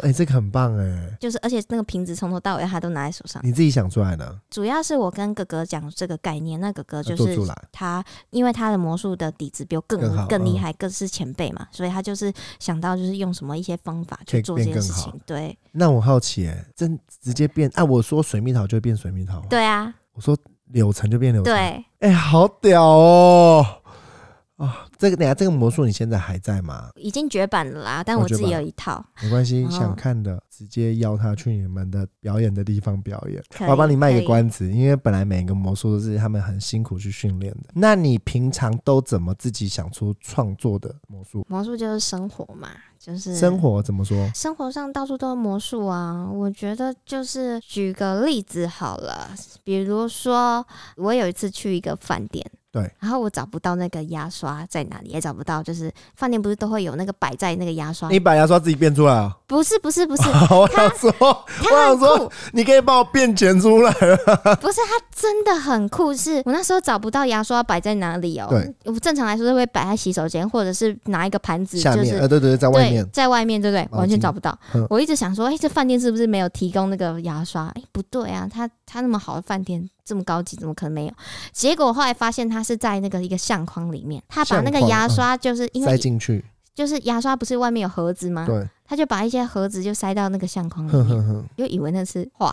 A: 嗯
B: 哎、这个很棒哎，
A: 就是而且那个瓶子从头到尾他都拿在手上，
B: 你自己想出来的，
A: 主要是我跟哥哥讲这个概念，那哥哥就
B: 做
A: 是
B: 出来，
A: 他因为他的魔术的底子比我更
B: 更好
A: 更
B: 嗯
A: 厉害，更是前辈嘛，所以他就是想到就是用什么一些方法
B: 可以
A: 去做这
B: 变
A: 件
B: 更
A: 事
B: 好
A: 情，对
B: 那我好奇哎，真直接变啊！我说水蜜桃就会变水蜜桃，，
A: 对啊，
B: 我说柳橙就变柳橙，，
A: 对。
B: 哎、好屌哦！啊，这个等一下这个魔术你现在还在吗？
A: 已经绝版了啦，但
B: 哦
A: 我
B: 绝
A: 自己
B: 版
A: 有一套，
B: 没关系，
A: 哦
B: 想看的直接邀他去你们的表演的地方表演。
A: 可以
B: 我要帮你卖一
A: 可
B: 个
A: 以
B: 关子，因为本来每个魔术都是他们很辛苦去训练的。那你平常都怎么自己想出创作的魔术？
A: 魔术就是生活嘛，就是
B: 生。活怎么说？
A: 生活上到处都是魔术啊！我觉得就是举个例子好了，比如说我有一次去一个饭店，
B: 对，
A: 然后我找不到那个牙刷在哪里，也找不到，就是饭店不是都会有那个摆在那个牙刷？
B: 你把牙刷自己变出来啊！
A: 不是不是不是，
B: [laughs] 我想说，我
A: 它
B: 想
A: 很
B: 说
A: 酷，，
B: 你可以帮我变钱出来了。
A: 不是它真的很酷。是我那时候找不到牙刷摆在哪里哦、
B: 对
A: 我正常来说是会摆在洗手间，或者是拿一个盘子，
B: 下
A: 就
B: 面，
A: 是
B: 呃，对对对，在外面
A: 对，在外面，对不对？
B: 毛巾
A: 完全找不到
B: 嗯。
A: 我一直想说，哎、这饭店是不是没有提供那个牙刷？哎、不对啊，他他那么好的饭店，这么高级，怎么可能没有？结果后来发现他是在那个一个相框里面，他把那个
B: 相框
A: 牙刷就是因
B: 塞
A: 为啊
B: 进去，
A: 就是牙刷不是外面有盒子吗？
B: 对，
A: 他就把一些盒子就塞到那个相框里
B: 哼
A: 面，
B: 哼哼，
A: 就以为那是画，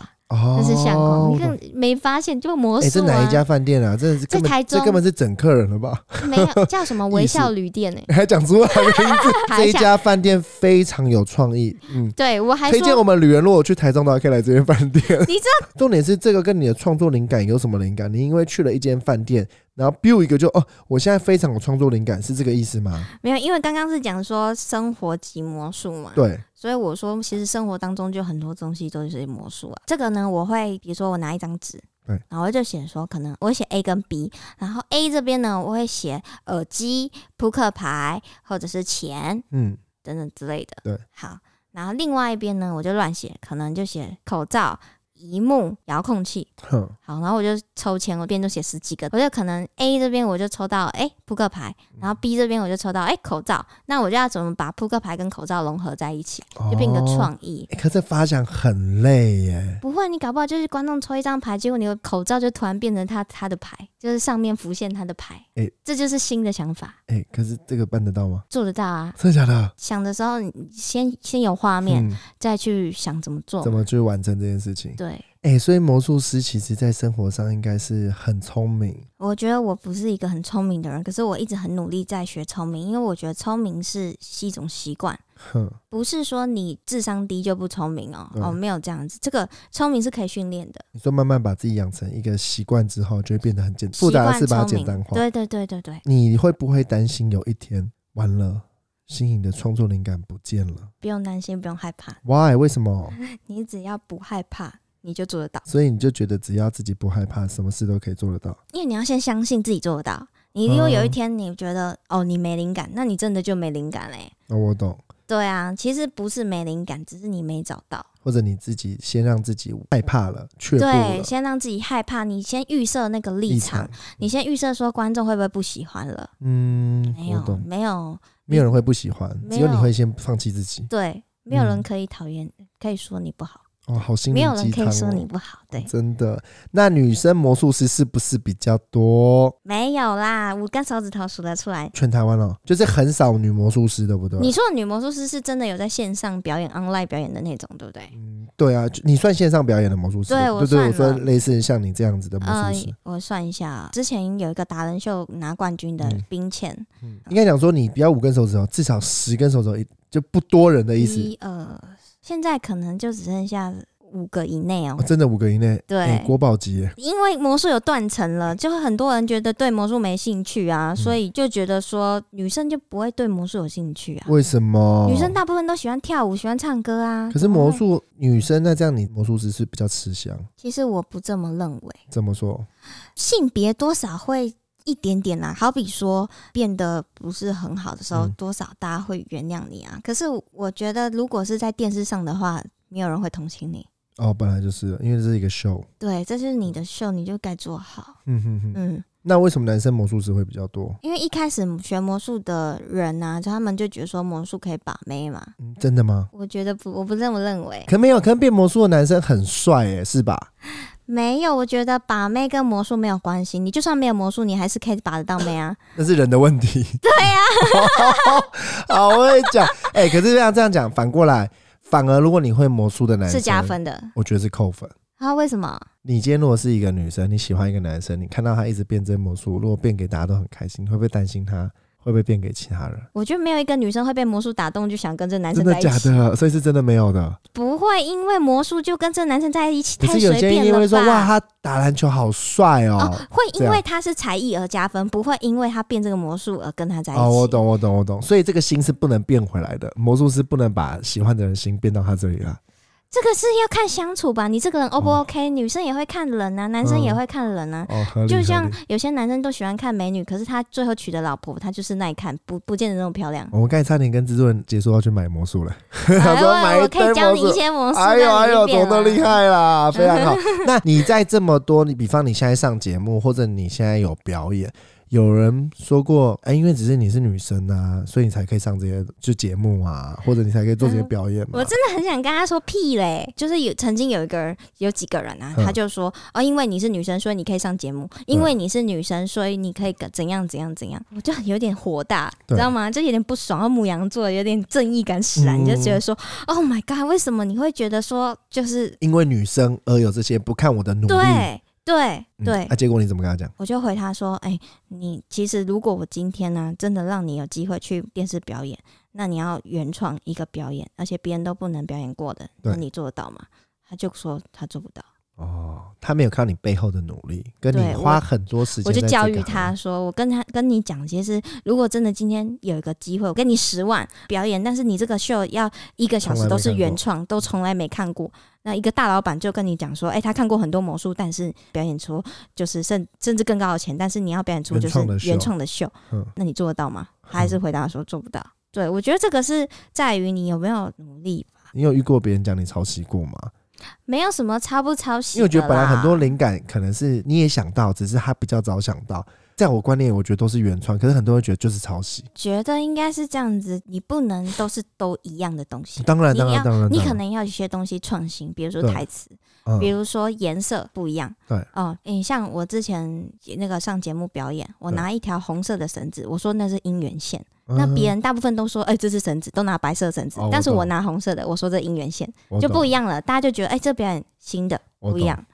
A: 嗯
B: 哦，
A: 那是相框。你
B: 我
A: 看
B: 懂，
A: 没发现就魔
B: 哎，这
A: 术
B: 哪
A: 啊
B: 一？家饭店啊？这是
A: 在
B: 根本
A: 台
B: 这
A: 中
B: 根本是整客人了吧？ [laughs]
A: 没有叫什么微笑旅店呢、
B: 你还讲出来名字？这
A: 查
B: 一
A: 一下。
B: 家饭店非常有创意，嗯。
A: 对我还
B: 推荐
A: 说
B: 我们旅人，如果去台中的话，可以来这间饭店。
A: 你知
B: 道， [laughs] 重点是这个跟你的创作灵感有什么灵感？你因为去了一间饭店，然后 build 一个就哦，我现在非常有创作灵感，是这个意思吗？
A: 没有，因为刚刚是讲说生活即魔术嘛。
B: 对，
A: 所以我说，其实生活当中就很多东西都是魔术啊。这个呢，我会比如说我拿一张纸，
B: 对
A: 然后我就写说，可能我会写 A 跟 B，然后 A 这边呢，我会写耳机、扑克牌或者是钱
B: 嗯，
A: 等等之类的。
B: 对，
A: 好，然后另外一边呢，我就乱写，可能就写口罩、一幕、遥控器。
B: 哼，
A: 好，然后我就抽签，我一边就写十几个，我就可能 A 这边我就抽到哎扑克牌，然后 B 这边我就抽到哎口罩，那我就要怎么把扑克牌跟口罩融合在一起，就变一个
B: 哦
A: 创意。
B: 欸可这发想很累耶，
A: 不会，你搞不好就是观众抽一张牌，结果你的口罩就突然变成他他的牌，就是上面浮现他的牌，
B: 哎
A: 这就是新的想法，
B: 哎、可是这个办得到吗？
A: 做得到啊！
B: 真的假的？
A: 想的时候，你先先有画面，
B: 嗯，
A: 再去想怎么做
B: 怎。么去完成这件事情？
A: 对，
B: 哎、所以魔术师其实在生活上应该是很聪明，
A: 我觉得我不是一个很聪明的人，可是我一直很努力在学聪明，因为我觉得聪明是是一种习惯。
B: 哼，
A: 不是说你智商低就不聪明哦，
B: 对
A: 哦，没有这样子，这个聪明是可以训练的，
B: 你说慢慢把自己养成一个习惯之后，就会变得很简
A: 习
B: 复
A: 惯
B: 杂的事把它
A: 聪
B: 简
A: 明
B: 单化。
A: 对对对对对，
B: 你会不会担心有一天完了，新颖的创作灵感不见了
A: 不用担心，不用害怕，
B: ？Why？为
A: [laughs]
B: 什么？
A: 你只要不害怕，你就做得到，
B: 所以你就觉得只要自己不害怕，什么事都可以做得到。
A: 因为你要先相信自己做得到。你如果有一
B: 嗯
A: 天你觉得、哦你没灵感，那你真的就没灵感嘞、
B: 那、我懂，
A: 对啊，其实不是没灵感，只是你没找到。
B: 或者你自己先让自己害怕了，却步
A: 对，
B: 了。
A: 先让自己害怕，你先预设那个立
B: 立
A: 场，
B: 场，
A: 你先预设说观众会不会不喜欢了？
B: 嗯，
A: 没
B: 我
A: 有，
B: 懂，
A: 没有，
B: 没有人会不喜欢，
A: 没
B: 只有你
A: 有
B: 会先放弃自己。
A: 对，没有人
B: 嗯
A: 可以讨厌，可以说你不好。
B: 哦，好心灵
A: 没有人
B: 鸡
A: 可
B: 汤哦
A: 以说你不好，对，
B: 真的。那女生魔术师是不是比较多？
A: 没有啦，我跟手指头数得出来。
B: 全台湾哦，就是很少女魔术师，对不对？
A: 你说的女魔术师是真的有在线上表演、online 表演的那种，对不对？
B: 嗯，对啊，就你算线上表演的魔术师，
A: 对
B: 对
A: 我
B: 对对，我
A: 算
B: 说
A: 了
B: 类似像你这样子的魔
A: 呃
B: 术师，，
A: 我算一下，之前有一个达人秀拿冠军的
B: 嗯
A: 冰倩，
B: 嗯应该讲说你不要五根手指头，至少十根手指头，一就不多人的意思。
A: 一呃，现在可能就只剩下五个以内哦
B: 哦、。真的五个以内，
A: 对
B: 哎国宝级耶，
A: 因为魔术有断层
B: 嗯
A: 了，就很多人觉得对魔术没兴趣啊，所以就觉得说女生就不会对魔术有兴趣啊。
B: 为什么？
A: 女生大部分都喜欢跳舞，喜欢唱歌啊。
B: 哦可是
A: 怎么
B: 魔
A: 会，
B: 术女生那这样，你魔术师是比较吃香，
A: 其实我不这么认为。
B: 怎么说？
A: 性别多少会一点点啦、好比说变得不是很好的时候，
B: 嗯
A: 多少大家会原谅你啊。可是我觉得，如果是在电视上的话，没有人会同情你。
B: 哦，本来就是，因为这是一个 show。
A: 对，这就是你的秀，你就该做好。
B: 嗯哼哼，
A: 嗯，
B: 那为什么男生魔术师会比较多？
A: 因为一开始学魔术的人啊，就他们就觉得说魔术可以把妹嘛。
B: 嗯，真的吗？
A: 我觉得不，我不这么认为。
B: 可没有，可能变魔术的男生很帅哎，是吧？
A: 没有，我觉得把妹跟魔术没有关系。你就算没有魔术，你还是可以把得到妹啊。
B: 那是人的问题。对呀、 [laughs] 好会讲哎、可是这样这样讲，反过来，反而如果你会魔术的男生
A: 是加，分的。
B: 我觉得是扣分。
A: 然后为什么？
B: 你今天如果是一个女生，你喜欢一个男生，你看到他一直变真魔术，如果变给大家都很开心，你会不会担心他会不会变给其他人？
A: 我觉得没有一个女生会被魔术打动，就想跟这男
B: 真
A: 生
B: 的
A: 在一起。
B: 假的？所以是真的没有的。
A: 不会因为魔术就跟这男生在一起
B: 可
A: 太
B: 是有
A: 随
B: 些人
A: 便
B: 因
A: 了
B: 为说哇，
A: 吧？
B: 他打篮球好帅
A: 哦
B: 哦。，
A: 会
B: 这
A: 因
B: 样
A: 为他是才艺而加分，不会因为他变这个魔术而跟他在一起。
B: 哦，我懂，我懂，我懂。所以这个心是不能变回来的，魔术师不能把喜欢的人心变到他这里啦。
A: 这个是要看相处吧，你这个人 O 不 OK？、女生也会看人啊，男生也
B: 哦嗯
A: 会看人啊。
B: 哦，合理，
A: 就像
B: 合理
A: 有些男生都喜欢看美女，可是他最后娶的老婆，她就是耐看，不不见得那么漂亮。
B: 我们刚才差点跟制作人结束要去买魔术了，
A: 哎
B: [laughs] 他说买
A: 我
B: 一
A: 我可
B: 堆
A: 以教
B: 魔
A: 你一
B: 术。
A: 些魔术，
B: 哎呦哎呦，
A: 懂
B: 懂得厉。
A: [laughs]
B: 害啦，非常好。那你在这么多，你比方你现在上节目，或者你现在有表演，有人说过，哎，因为只是你是女生啊，所以你才可以上这些就节目啊，或者你才可以做这些
A: 嗯
B: 表演嘛。
A: 我真的很想跟他说屁嘞，就是有曾经有一个人，有几个人啊，
B: 嗯
A: 他就说哦，因为你是女生，所以你可以上节目；因为你是女生，所以你可以怎样怎样怎样。我就有点火大，
B: 对
A: 知道吗？就有点不爽。然后母羊座有点正义感使然，
B: 嗯
A: 你就觉得说，Oh my god，为什么你会觉得说就是
B: 因为女生而有这些，不看我的努力。
A: 对对
B: 嗯
A: 对
B: 啊，？结果你怎么跟他讲？
A: 我就回他说：“哎、你其实如果我今天呢、真的让你有机会去电视表演，那你要原创一个表演，而且别人都不能表演过的，
B: 对
A: 那你做得到吗？”他就说他做不到，
B: 哦，他没有看到你背后的努力，跟你
A: 对
B: 花
A: 我
B: 很多时间。
A: 我就教育
B: 啊
A: 他，说：“我跟他跟你讲，其实如果真的今天有一个机会，我给你十万表演，但是你这个秀要一个小时都是原创，都从来没看过。那一个大老板就跟你讲说：‘哎、他看过很多魔术，但是表演出就是甚甚至更高的钱，但是你要表演出就是
B: 原创的秀
A: 原创的秀。’
B: 嗯，
A: 那你做得到吗？他还是回答说做不到。对我觉得这个是在于你有没有努力吧，
B: 你有遇过别人讲你抄袭过吗？
A: 没有什么抄不抄袭的啦。
B: 因为我觉得本来很多灵感可能是你也想到，只是他比较早想到。在我观念，我觉得都是原创，可是很多人觉得就是抄袭。
A: 觉得应该是这样子，你不能都是都一样的东西。啊
B: 当然，
A: 你要
B: 当然，当然，
A: 你
B: 当然
A: 可能要有些东西创新，比如说
B: 对
A: 台词，
B: 嗯
A: 比如说颜色不一样。
B: 对
A: 哦，你、像我之前那个上节目表演，我
B: 对嗯
A: 拿一条红色的绳子，我说那是姻缘线，那别人大部分都说，哎、这是绳子，都拿白色绳子，
B: 哦我
A: 但是我
B: 懂
A: 拿红色的，我说这姻缘线。
B: 嗯
A: 就不一
B: 样，
A: 样了，大家就觉得哎、这表演新的
B: 我
A: 不一
B: 懂
A: 样，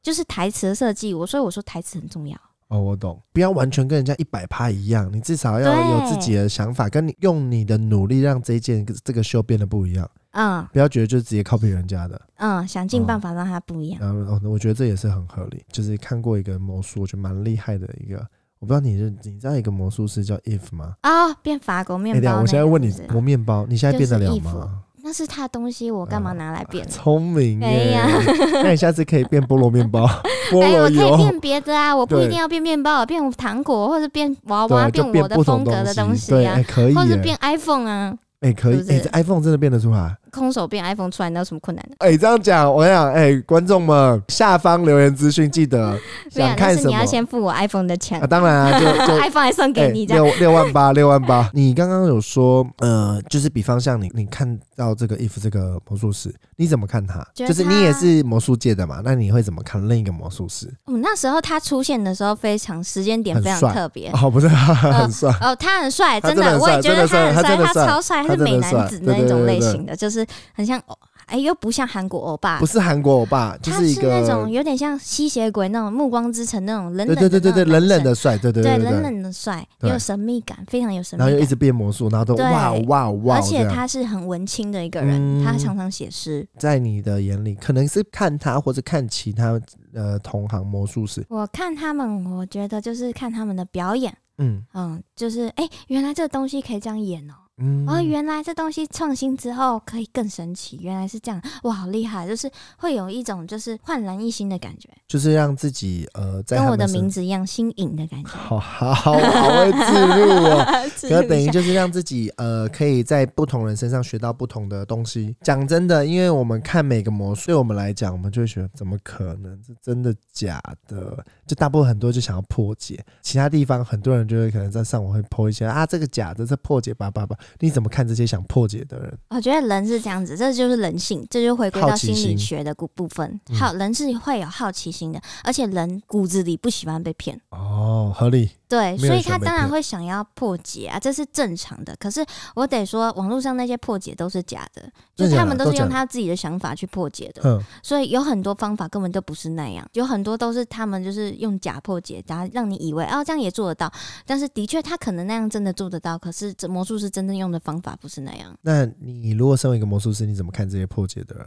A: 就是台词的设计。我所以我说台词很重要，
B: 哦，我懂，不要完全跟人家一百趴一样，你至少要有自己的想法，跟你用你的努力让这一件这个秀变得不一样，
A: 嗯
B: 不要觉得就直接 copy 人家的。
A: 嗯，想尽
B: 哦
A: 办法让它不一样。
B: 然后，哦，我觉得这也是很合理。就是看过一个魔术，我觉得蛮厉害的一个，我不知道你认你知道一个魔术师叫 If 吗？
A: 啊、变法国
B: 哎
A: 面
B: 等一
A: 包、
B: 下
A: 那
B: 我现在
A: 个
B: 问
A: 是
B: 你
A: 不，是
B: 磨面包，你现在变得了
A: 就是 if
B: 吗？ [laughs]
A: 那是他的东西，我
B: 啊
A: 干嘛拿来变？
B: 聪明
A: 哎
B: 耶！
A: 呀 [laughs]
B: 那你下次可以变菠萝面包、菠
A: 哎，
B: 萝
A: 我可以
B: 油，
A: 变别的啊，我不
B: 对
A: 一定要变面包，变糖果，或者变娃娃，
B: 对，就
A: 我的
B: 不
A: 风
B: 同
A: 格的
B: 东
A: 西
B: 对，
A: 啊
B: 哎，，可以
A: 或者
B: 耶，
A: 变 iPhone 啊，
B: 哎，可以
A: 是，不
B: 哎，
A: 是
B: 这 iPhone 真的变得出来。
A: 空手变 iPhone 出来，那有什么困难的？啊
B: 哎，这样讲，我跟你讲，哎，观众们，下方留言资讯记得
A: 没有
B: 想，
A: 但
B: 看
A: 是
B: 什
A: 你
B: 么
A: 要先付我 iPhone 的钱、
B: 啊？当然
A: [laughs]
B: 啊，就就
A: i p h o n e 还送
B: 哎
A: 给你这样。
B: 六六万八， [laughs] 六万八。你刚刚有说，呃，就是比方像你，你看到这个 if 这个魔术师，你怎么看他？
A: 觉得
B: 就是
A: 他
B: 你也是魔术界的嘛，那你会怎么看另一个魔术师？
A: 我、哦那时候他出现的时候，非常时间点
B: 很
A: 非常
B: 帅
A: 特别。
B: 哦，不是， [laughs] 很帅。
A: 哦，他很帅，
B: 他
A: 真
B: 真的很
A: 的，我
B: 帅
A: 也觉得
B: 真的
A: 他很
B: 帅他真的
A: 他
B: 帅
A: 超帅，
B: 他
A: 他是
B: 真的
A: 美
B: 帅
A: 男子
B: 对
A: 那一
B: 对
A: 种
B: 对
A: 类
B: 对
A: 型的，就是很像欧，哎，又不像韩国欧巴
B: 不，是韩国欧巴，就
A: 啊他
B: 一
A: 是
B: 个
A: 那种有点像吸血鬼那种《暮光之城》那种冷冷
B: 对
A: 的
B: 对对对
A: 那
B: 对，
A: 种
B: 冷冷
A: 男
B: 的帅，对对
A: 生，对
B: 对
A: 冷冷的帅，
B: 对
A: 有神秘感，非常有神
B: 然后又
A: 秘
B: 一
A: 感。
B: 直变魔术，然后都
A: 对
B: 哇哦哇哇！
A: 而且
B: 这样
A: 他是很文青的一个人，
B: 嗯
A: 他常常写诗。
B: 在你的眼里，可能是看他或者看其他呃同行魔术师，
A: 我看他们，我觉得就是看他们的表演，
B: 嗯
A: 嗯，就是哎、原来这个东西可以这样演哦、
B: 嗯，
A: 哦，原来这东西创新之后可以更神奇，原来是这样，哇，好厉害！啊就是会有一种就是焕然一新的感觉，
B: 就是让自己呃在
A: 跟
B: 他
A: 我的
B: 们身
A: 名字一样新颖的
B: [laughs]
A: 感觉。
B: 好好好会自入
A: [laughs]
B: 哦。
A: 自
B: 可
A: 录
B: 等
A: 一
B: 于
A: 下
B: 就是让自己呃，可以在不同人身上学到不同的东西。讲真的，因为我们看每个魔术，对我们来讲，我们就会觉得怎么可能？是真的假的？就大部分很多就想要破解，其他地方很多人就会可能在上网会破一些啊，这个假的，这破解吧吧吧。你怎么看这些想破解的人？
A: 我觉得人是这样子，这就是人性，这就回归
B: 好
A: 到
B: 奇
A: 心理
B: 心
A: 学的部部分。
B: 嗯
A: 好，人是会有好奇心的，而且人骨子里不喜欢被骗。
B: 哦，合理，
A: 对，所
B: 没有
A: 以
B: 人喜
A: 他
B: 欢被
A: 当然
B: 骗
A: 会想要破解啊，这是正常的。可是我得说，网络上那些破解都是假的，就
B: 真的假
A: 他
B: 的
A: 们
B: 都
A: 都是用
B: 假的
A: 他自己的想法去破解的。
B: 哼，
A: 所以有很多方法根本就不是那样，有很多都是他们就是用假破解，然后让你以为哦这样也做得到，但是的确他可能那样真的做得到，可是这魔术师真正用的方法不是那样，
B: 那你如果身为一个魔术师，你怎么看这些破解的人？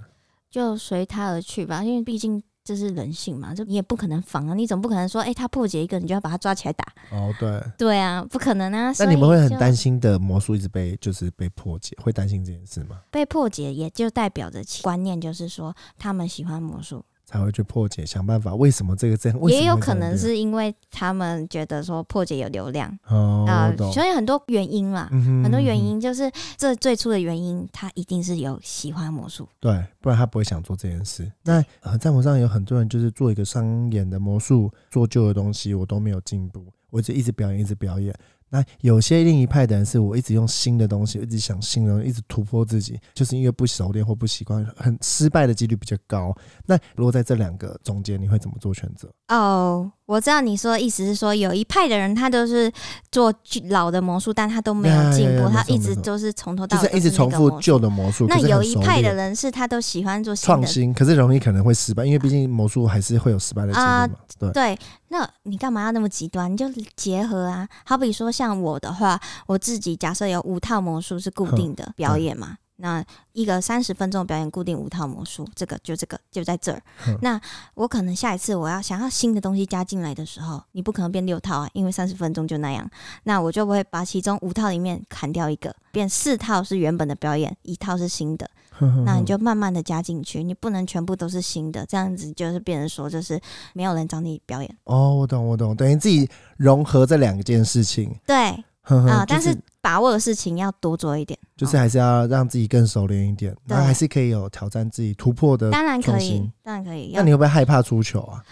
A: 就随他而去吧，因为毕竟。这是人性嘛，这你也不可能防啊，你总不可能说，哎、他破解一个，你就要把他抓起来打，
B: 哦，对。
A: 对啊，不可能啊。
B: 那你们会很担
A: 心
B: 心的魔术一直被就是被破解，会担心这件事吗？
A: 被破解，也就代表着其观念就是说他们喜欢魔术，
B: 才会去破解，想办法。为什么这个这样？为什么
A: 也有
B: 会这
A: 可
B: 样
A: 能
B: 子啊
A: 是因为他们觉得说破解有流量
B: 哦，
A: 啊、
B: 我懂
A: 所以很多原因啦。
B: 嗯哼
A: 很多原
B: 嗯哼
A: 因就是这最初的原因，他一定是有喜欢魔术。
B: 对，不然他不会想做这件事。那呃，在我上有很多人就是做一个商演的魔术，做旧的东西，我都没有进步，我就一直表演，一直表演。那有些另一派的人是我一直用新的东西，一直想新的东西，一直突破自己，就是因为不熟练或不习惯，很失败的几率比较高。那如果在这两个中间，你会怎么做选择？
A: 哦，我知道你说的意思是说，有一派的人他都是做旧老的魔术，但他都没有进
B: 呀呀
A: 步，
B: 呀
A: 他
B: 没错
A: 一直
B: 没错
A: 都是从头
B: 就
A: 到尾
B: 是
A: 都
B: 一直
A: 那
B: 重
A: 个
B: 复
A: 魔术
B: 旧的魔术，
A: 那
B: 可是很
A: 有一
B: 熟
A: 派的
B: 练
A: 人是他都喜欢做新
B: 创
A: 的，
B: 新，可是容易可能会失败，因为毕竟魔术还是会有失败的经历嘛。对，
A: 啊对，那你干嘛要那么极端？你就结合啊，好比说像我的话，我自己假设有五套魔术是固定的表演嘛，那一个三十分钟的表演固定五套魔术，这个就这个就在这儿
B: 哼。
A: 那我可能下一次我要想要新的东西加进来的时候，你不可能变六套啊，因为三十分钟就那样。那我就会把其中五套里面砍掉一个，变四套是原本的表演，一套是新的。
B: 嗯
A: 那你就慢慢的加进去，你不能全部都是新的，这样子就是变成说就是没有人找你表演。
B: 哦，我懂，我懂，等于自己融合这两件事情。
A: 对
B: 呵呵
A: 啊、
B: 嗯就
A: 但
B: 是
A: 是把握的事情要多做一点。
B: 就是
A: 哦
B: 还是要让自己更熟练一点，然后
A: 对
B: 还是可以有挑战自己突破的。
A: 当然可
B: 创
A: 以
B: 新，
A: 当然可以。
B: 那
A: 要
B: 你会不会害怕出糗啊？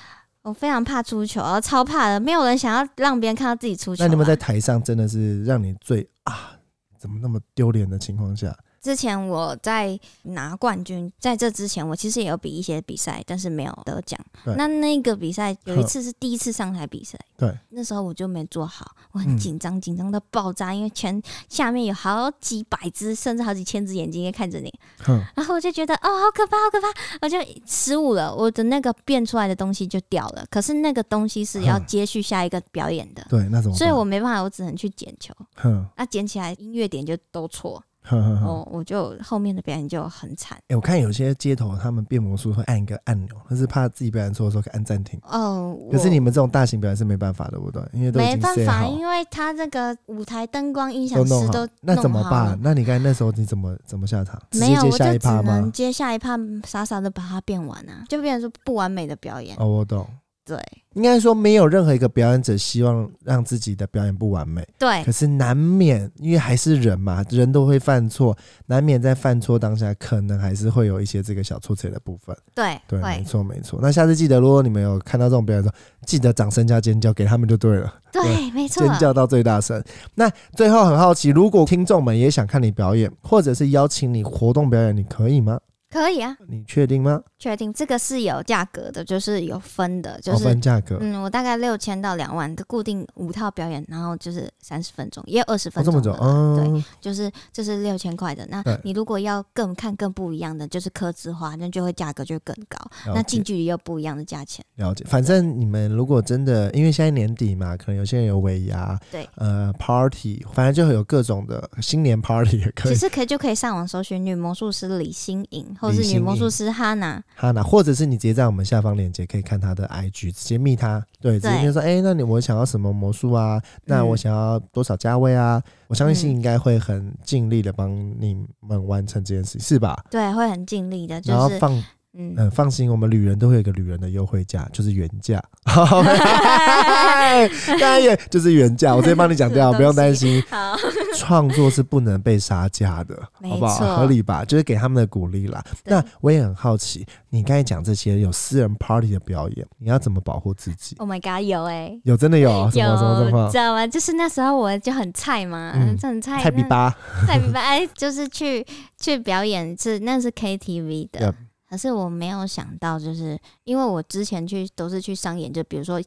A: 我非常怕出糗，呃超怕的，没有人想要让别人看到自己出糗吧。啊
B: 那你们在台上真的是让你最啊，怎么那么丢脸的情况下，
A: 之前我在拿冠军，在这之前我其实也有比一些比赛，但是没有得奖
B: 对。
A: 那那个比赛有
B: 哼
A: 一次是第一次上台比赛，
B: 对，
A: 那时候我就没做好，我
B: 嗯
A: 很紧张，紧张到爆炸，因为全下面有好几百只甚至好几千只眼睛在看着你，
B: 哼，
A: 然后我就觉得哦，好可怕，好可怕，我就失误了，我的那个变出来的东西就掉了，可是那个东西是要
B: 哼
A: 接续下一个表演的，
B: 对，嗯那怎么办？
A: 所以我没办法，我只能去捡球，
B: 哼
A: 那捡起来音乐点就都错。
B: 哼哼哼。
A: 哦，我就后面的表演就很惨。
B: 哎、我看有些街头他们变魔术会按一个按钮，但是怕自己表演错的时候可以按暂停。
A: 哦，
B: 可是
A: 我
B: 你们这种大型表演是没办法的，对不对？因为都已
A: 没
B: 经
A: 办
B: set
A: 法，
B: 好，
A: 因为他这个舞台灯光、音
B: 都
A: 响
B: 弄
A: 师
B: 好，
A: 都
B: 那怎么
A: 弄好了
B: 办？？那你刚才那时候你怎么怎么下场？直
A: 没
B: 接
A: 有，
B: 接
A: 我就
B: 下一
A: 只
B: 趴
A: 能
B: 吗？
A: 接下一趴，傻傻的把它变完啊，就变成说不完美的表演。
B: 哦，我懂。
A: 对
B: 应该说，没有任何一个表演者希望让自己的表演不完美，
A: 对
B: 可是难免，因为还是人嘛，人都会犯错，难免在犯错当下，可能还是会有一些这个小错错的部分。
A: 对
B: 对，没
A: 会
B: 错没错。那下次记得，如果你们有看到这种表演的时候，记得掌声加尖叫给他们就对了。
A: 对，
B: [laughs]
A: 没错
B: 尖。叫到最大声。那最后很好奇，如果听众们也想看你表演，或者是邀请你活动表演，你可以吗？
A: 可以啊，
B: 你确定吗？
A: 确定这个是有价格的，就是有分的，就
B: 哦
A: 是
B: 分价格，
A: 嗯，我大概六千到两万，固定五套表演，然后就是三十分钟，也有二十
B: 哦
A: 分
B: 这
A: 钟的
B: 么久，
A: 啦。对
B: 嗯，
A: 就是这是六千块的。那
B: 对
A: 你如果要更看更不一样的，就是科制化，那就会价格就更高。
B: 了
A: 啊那
B: 解
A: 近距离又不一样的价钱。
B: 了解，反正你们如果真的，因为现在年底嘛，可能有些人有尾牙，
A: 对，
B: 呃，party，反正就会有各种的新年 party 也可
A: 其
B: 以。
A: 实可以就可以上网搜寻女魔术师李心颖，或
B: 李
A: 是
B: 心
A: 女
B: 颖
A: 魔术师哈娜。
B: 哈娜，或者是你直接在我们下方链接可以看她的 IG，直接密她，对，直
A: 对
B: 接就说，哎、那你我想要什么魔术啊？那我想要多少价位啊？我相信
A: 嗯
B: 应该会很尽力的帮你们完成这件事，是吧？
A: 对，会很尽力的，就
B: 然后
A: 是
B: 放，
A: 嗯，
B: [laughs] 嗯，放心，我们旅人都会有一个旅人的优惠价，就是原
A: [laughs]
B: 价。 [laughs] 当然也就是原价，我直接帮你讲
A: [laughs]
B: 掉，
A: 这个东西
B: 不用担心。
A: 好， [laughs]
B: 创作是不能被杀价的，
A: 没
B: 好不好？
A: 错
B: 合理吧？就是给他们的鼓励啦。
A: 对
B: 那我也很好奇，你刚才讲这些有私人 party 的表演，你要怎么保护自己？
A: Oh my god，有哎、
B: 有真的有啊
A: 有，
B: 什么什么什么
A: 知道吗？就是那时候我就很菜嘛，
B: 嗯
A: 就很菜，
B: 菜比
A: 那
B: 吧？
A: 太明白，哎，就是去去表演是那是 KTV 的
B: Yep
A: 可是我没有想到，就是因为我之前去都是去商演，就比如说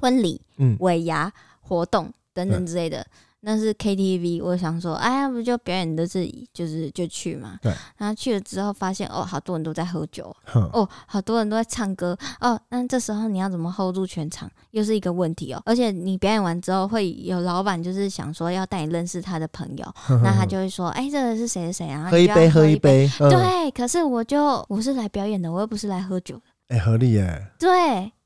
A: 婚礼、
B: 嗯
A: 尾牙活动等等之类的。那是 KTV，我想说，哎呀，不就表演都是就是就去嘛。
B: 对。
A: 然后去了之后发现，哦，好多人都在喝酒，
B: 哼，
A: 哦，好多人都在唱歌，哦，那这时候你要怎么 hold 住全场，又是一个问题哦。而且你表演完之后，会有老板就是想说要带你认识他的朋
B: [laughs]
A: 友，那他就会说：“哎、这个是谁谁谁啊？”然后
B: 喝一杯，喝一。杯。嗯
A: 对，可是我就我是来表演的，我又不是来喝酒的。
B: 哎、合理耶，
A: 对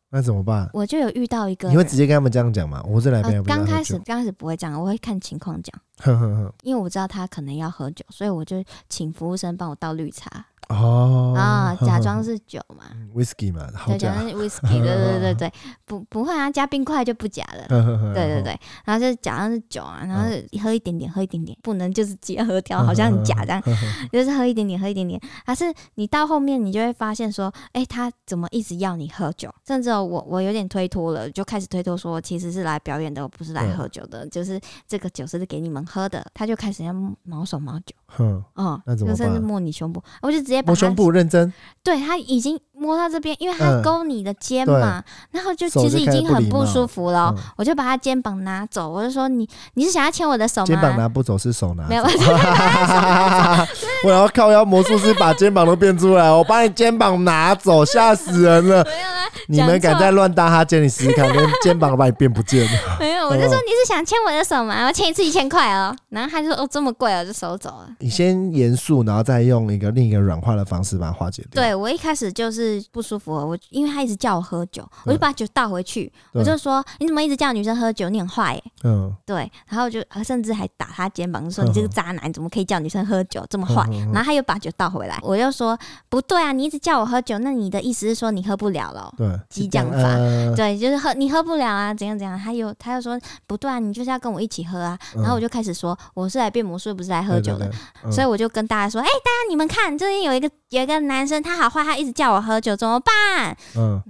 B: 那怎么办？
A: 我就有遇到一个
B: 你会
A: 人，
B: 直接跟他们这样讲吗？我是来宾，
A: 呃
B: 我不是来
A: 刚开
B: 喝
A: 始
B: 酒，
A: 刚开始不会这样，我会看情况讲，
B: 哼哼哼，
A: 因为我知道他可能要喝酒，所以我就请服务生帮我倒绿茶
B: 哦
A: 啊，
B: 哼
A: 假
B: 哼
A: 装是酒嘛，
B: 嗯 whisky 嘛，好
A: 对，假
B: 假，
A: 装是 whisky，对对对
B: [laughs]
A: 对，不不会啊，加冰块就不假了。
B: 哼哼哼
A: 对对
B: 哼
A: 对，然后就假装是酒啊，然后
B: 嗯
A: 喝一点点，喝一点点，不能就是直接喝哦掉，好像很假这样，
B: 哼哼
A: 就是喝一点点，喝一点点。还是你到后面，你就会发现说，哎、他怎么一直要你喝酒？甚至哦我我有点推脱了，就开始推脱说，其实是来表演的，我不是来
B: 嗯
A: 喝酒的，就是这个酒是给你们喝的。他就开始要毛手毛脚，
B: 哼，
A: 哦、
B: 那怎么
A: 就甚至
B: 办
A: 摸你胸部，哦我就直接把
B: 摸
A: 他
B: 胸部认真，
A: 对他已经摸到这边，因为他
B: 嗯
A: 勾你的肩
B: 对
A: 嘛，然后就
B: 手
A: 其
B: 就
A: 实已
B: 开始
A: 经
B: 不
A: 很
B: 礼
A: 不
B: 貌
A: 舒服了哦。
B: 嗯
A: 我就把他肩膀拿走，我就说你你是想要牵我的手吗？
B: 肩膀拿不走是手拿
A: 没有，
B: 走， [laughs] 我然后靠腰魔术师把肩膀都变出来，我把你肩膀拿走，吓死人
A: [laughs]
B: 了！
A: 没有啊，
B: 你们
A: 讲
B: 敢
A: 错
B: 再乱搭哈欠，你试试看，连肩膀把你变不见了。
A: [laughs] 没有，我就
B: 好不
A: 说
B: 好
A: 你是想牵我的手吗？我牵一次一千块哦。然后他就说哦这么贵哦，就收走了。
B: [laughs] 你先严肃，然后再用一个另一个软化的方式把它化解掉。
A: 对我一开始就是不舒服了，哦我因为他一直叫我喝酒，我就把酒倒回去，
B: 嗯对
A: 我就说你怎么一直叫女生喝酒，你很坏耶。
B: 嗯，
A: 对，然后我就呃甚至还打他肩膀，说你这个
B: 嗯
A: 渣男，怎么可以叫女生喝酒这么坏？
B: 嗯嗯嗯
A: 然后他又把酒倒回来，我又说不对啊，你一直叫我喝酒，那你的意思是说你喝不了了哦？
B: 对，
A: 激将法
B: 呃
A: 对，就是喝你喝不了啊，怎样怎样？他又他又说不对啊，你就是要跟我一起喝啊。
B: 嗯
A: 然后我就开始说我是来变魔术，不是来喝
B: 对
A: 酒的。
B: 对对嗯
A: 所以我就跟大家说，哎、大家你们看，这边有一个有一个男生，他好坏，他一直叫我喝酒，怎么办？
B: 嗯，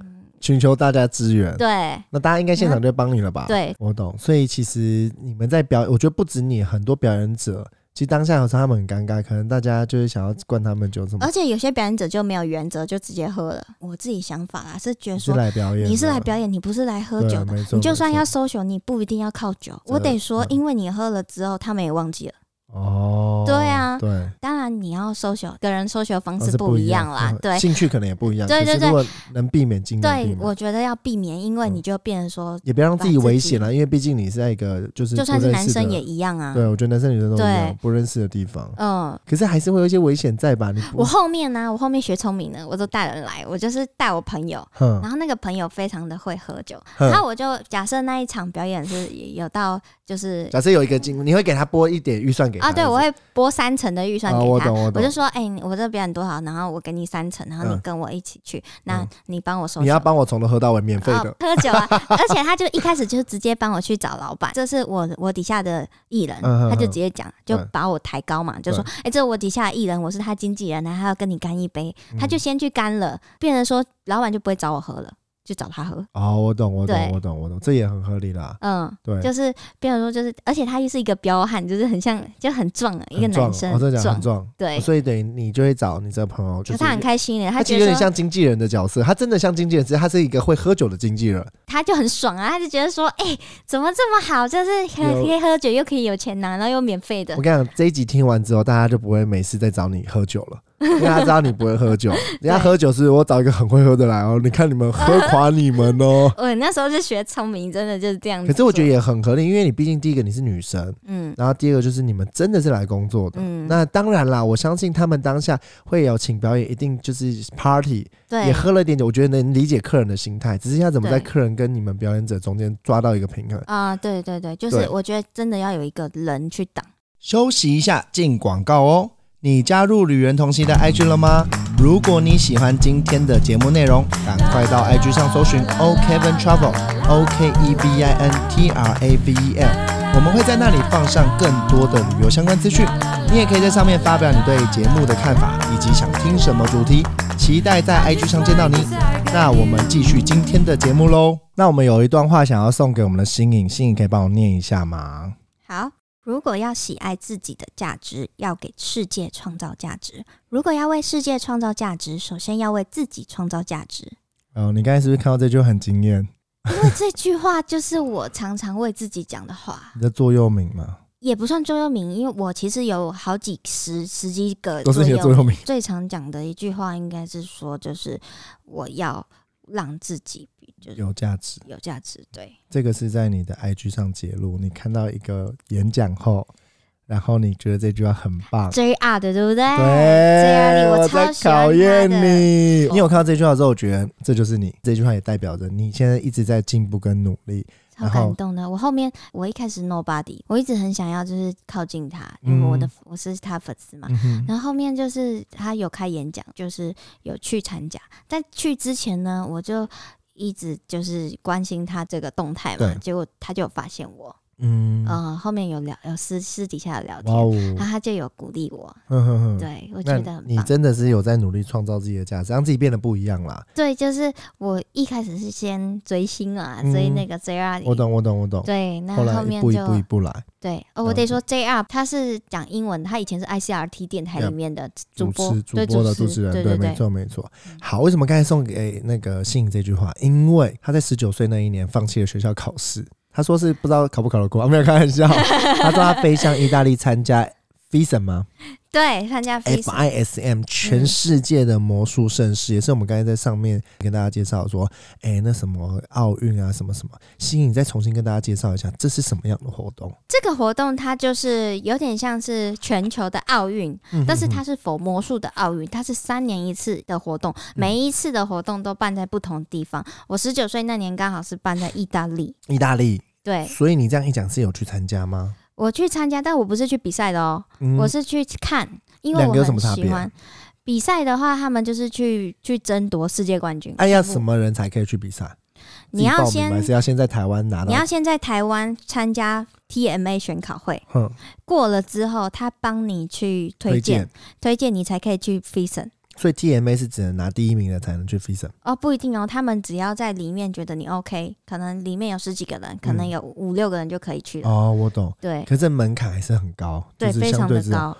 B: 寻求大家支援。
A: 对
B: 那大家应该现场就会帮你了吧？，
A: 对
B: 我懂。所以其实你们在表，我觉得不止你，很多表演者，其实当下有时候他们很尴尬，可能大家就是想要灌他们酒什么
A: 而，且有些表演者就没有原则，就直接喝了。我自己想法啦，是觉得
B: 你是
A: 说
B: 来表演的，
A: 你是来表演，你不是来喝
B: 啊对啊
A: 酒的。
B: 没错
A: 你就算
B: 没
A: 要
B: 错
A: 搜酒，你不一定要靠酒。我
B: 这
A: 得说，
B: 嗯
A: 因为你喝了之后，他们也忘记了。
B: 哦，
A: 对啊
B: 对，
A: 当然，你要搜酒，个人搜酒方
B: 方
A: 式
B: 式
A: 不
B: 一
A: 一样啦
B: 嗯。
A: 对，
B: 兴趣可能也不一样。
A: 对
B: 可是
A: 对对
B: 如果能嗯避免尽量避
A: 对
B: 免，
A: 我觉得要避免，因为你就变成说，
B: 也不要让自己
A: 把自
B: 危
A: 己
B: 险了，因为毕竟你是在一个就是
A: 就算
B: 不
A: 是
B: 认
A: 男
B: 识
A: 生
B: 的
A: 也一样啊。
B: 对，我觉得男生女生都一样
A: 对，
B: 不认识的地方，
A: 嗯，
B: 可是还是会有一些危险在吧？你不
A: 我后面呢、我后面学聪明了，我都带人来，我就是带我朋友，
B: 哼
A: 然后那个朋友非常的会喝酒，
B: 嗯哼
A: 然后我就假设那一场表演是有到就是
B: 假设有一个金，你会给他拨一点预算给他
A: 啊，对
B: 是不
A: 我
B: 是
A: 会拨三成的预算
B: 哦
A: 给
B: 我
A: 他，
B: 懂我
A: 我就
B: 懂
A: 说，哎、你我这表演多少，然后我给你三成，然后你
B: 嗯
A: 跟我一起去，那
B: 嗯
A: 你帮我收
B: 你
A: 钱
B: 要帮我从头喝到尾，免费的
A: 哦。喝酒
B: [laughs]
A: 啊，而且他就一开始就直接帮我去找老板，这是我我底下的艺人，
B: 嗯嗯嗯
A: 他就直接讲，就
B: 嗯
A: 把我抬高嘛，就说，哎、这是我底下的艺人，我是他经纪人，然后他要跟你干一杯，
B: 嗯
A: 他就先去干了，变成说老板就不会找我喝了，就找他喝，
B: 哦，我懂，我懂，
A: 对
B: 我懂，我懂，这也很合理啦。
A: 嗯。
B: 对，
A: 就是变成说，就是而且他又是一个彪悍，就是很像就很壮的一个
B: 很壮
A: 男生，
B: 哦真的讲
A: 壮
B: 很壮，
A: 对。
B: 所以等于你就会找你这个朋友，
A: 可
B: 就是
A: 是他很开心的，
B: 他
A: 觉
B: 其实有
A: 得
B: 点
A: 说
B: 像经纪人的角色，他真的像经纪人，只是他是一个会喝酒的经纪人。
A: 他就很爽啊，他就觉得说，哎、怎么这么好，就是可
B: 有
A: 以可以喝酒，又可以有钱拿，然后又免费的
B: 我。跟你讲，这一集听完之后，大家就不会没事再找你喝酒了，因为他知道你不会
A: [laughs]
B: 喝酒。人家喝酒是我找一个很会喝的来哦，你看你
A: [laughs]
B: 们喝垮你们哦。
A: 我呃那时候是学聪明，真的就是这样子
B: 可
A: 做。
B: 是我觉得也很合理，因为你毕竟第一个你是女生，
A: 嗯
B: 然后第二个就是你们真的是来工作的。
A: 嗯，
B: 那当然啦，我相信他们当下会有请表演，一定就是 party，
A: 对
B: 也喝了一点酒，我觉得能理解客人的心态，只是要怎么在
A: 对
B: 客人跟你们表演者中间抓到一个平衡。
A: 啊、对对对，就
B: 对
A: 是我觉得真的要有一个人去挡。
B: 休息一下，进广告哦。你加入旅人同行的 IG 了吗？如果你喜欢今天的节目内容，赶快到 IG 上搜寻 O Kevin Travel O K E V I N T R A V E L，我们会在那里放上更多的旅游相关资讯。你也可以在上面发表你对节目的看法，以及想听什么主题。期待在 IG 上见到你。那我们继续今天的节目喽。那我们有一段话想要送给我们的新颖，新颖可以帮我念一下吗？
A: 好，如果要喜爱自己的价值，要给世界创造价值；如果要为世界创造价值，首先要为自己创造价值。
B: 哦，你刚才是不是看到这句很惊艳？
A: 因为这句话就是我常常为自己讲的话，
B: 你的座右铭嘛，
A: 也不算座右铭，因为我其实有好几十十几个
B: 都是你的座右铭。
A: 最常讲的一句话应该是说，就是我要让自己比就是
B: 有价值，
A: 有价值。对，
B: 这个是在你的 IG 上揭露。你看到一个演讲后，然后你觉得这句话很棒。
A: JR 啊的，对不对？
B: 对
A: ，JR 的超
B: 我在
A: 喜欢
B: 考验
A: 他的
B: 你。
A: 哦
B: 因为我看到这句话之后，我觉得这就是你。这句话也代表着你现在一直在进步跟努力。
A: 超
B: 然后
A: 感动的。我后面我一开始 Nobody，我一直很想要就是靠近他，因为我的、我是他粉丝嘛。
B: 嗯哼，
A: 然后后面就是他有开演讲，就是有去参加。但去之前呢，我就一直就是关心他这个动态嘛
B: 对，
A: 结果他就有发现我，
B: 嗯，
A: 呃，后面有聊有私私底下有聊
B: 哇
A: 天，
B: 哦，
A: 然后他就有鼓励我，
B: 哼哼哼，
A: 啊对我
B: 那
A: 觉得很
B: 你
A: 棒。
B: 真的是有在努力创造自己的价值，让自己变得不一样啦。
A: 对，就是我一开始是先追星啊，
B: 嗯
A: 追那个 JR，
B: 我懂，我懂，我懂。
A: 对，那
B: 后来
A: 后
B: 一
A: 面
B: 步一
A: 就
B: 步一步来，
A: 对，哦，
B: 了
A: 我得
B: 解
A: 说 JR 他是讲英文的，他以前是 ICRT 电台
B: Yeah，
A: 里面的主
B: 主
A: 播
B: 持，主
A: 对
B: 播的
A: 主
B: 主持人，
A: 对对
B: 没错没错。好，为什么刚才送给那个信这句话？因为他在十九岁那一年放弃了学校考试，他说是不知道考不考得过，啊、没有开玩笑。他说他飞向意大利参加 FISM 吗
A: 对，参加 FISM，
B: ？F I S M 啊全世界的魔术盛世，也是我们刚才在上面跟大家介绍说，哎、那什么奥运啊，什么什么，吸引再重新跟大家介绍一下，这是什么样的活动？
A: 这个活动它就是有点像是全球的奥运，
B: 嗯
A: 但是
B: 哼
A: 它是否魔术的奥运，它是三年一次的活
B: 嗯
A: 动，每一次的活动都办在不同地方。我十九岁那年刚好是办在意大利，
B: 哼意大利，
A: 对
B: 所以你这样一讲是有去参加吗？
A: 我去参加，但我不是去比赛的哦，
B: 嗯
A: 我是去看，因为
B: 两
A: 我
B: 个有什么
A: 很
B: 差
A: 喜
B: 别
A: 欢。比赛的话，他们就是去去争夺世界冠军。
B: 哎呀，
A: 全部
B: 什么人才可以去比赛？
A: 你要
B: 自己报名吗
A: 先
B: 还是要先在台湾拿到？
A: 你要先在台湾参加 TMA 选考会，
B: 哼
A: 过了之后，他帮你去推
B: 推
A: 荐
B: 荐，，
A: 推荐你才可以去 f i s o n
B: 所以 TMA 是只能拿第一名的才能去 FISM。
A: 哦，不一定哦，他们只要在里面觉得你 OK，可能里面有十几个人，可能有五六个人就可以去了。
B: 嗯哦，我懂，
A: 对
B: 可是这门槛还是很高，
A: 对，
B: 就是
A: 非
B: 相
A: 常
B: 对
A: 的
B: 之下，
A: 高。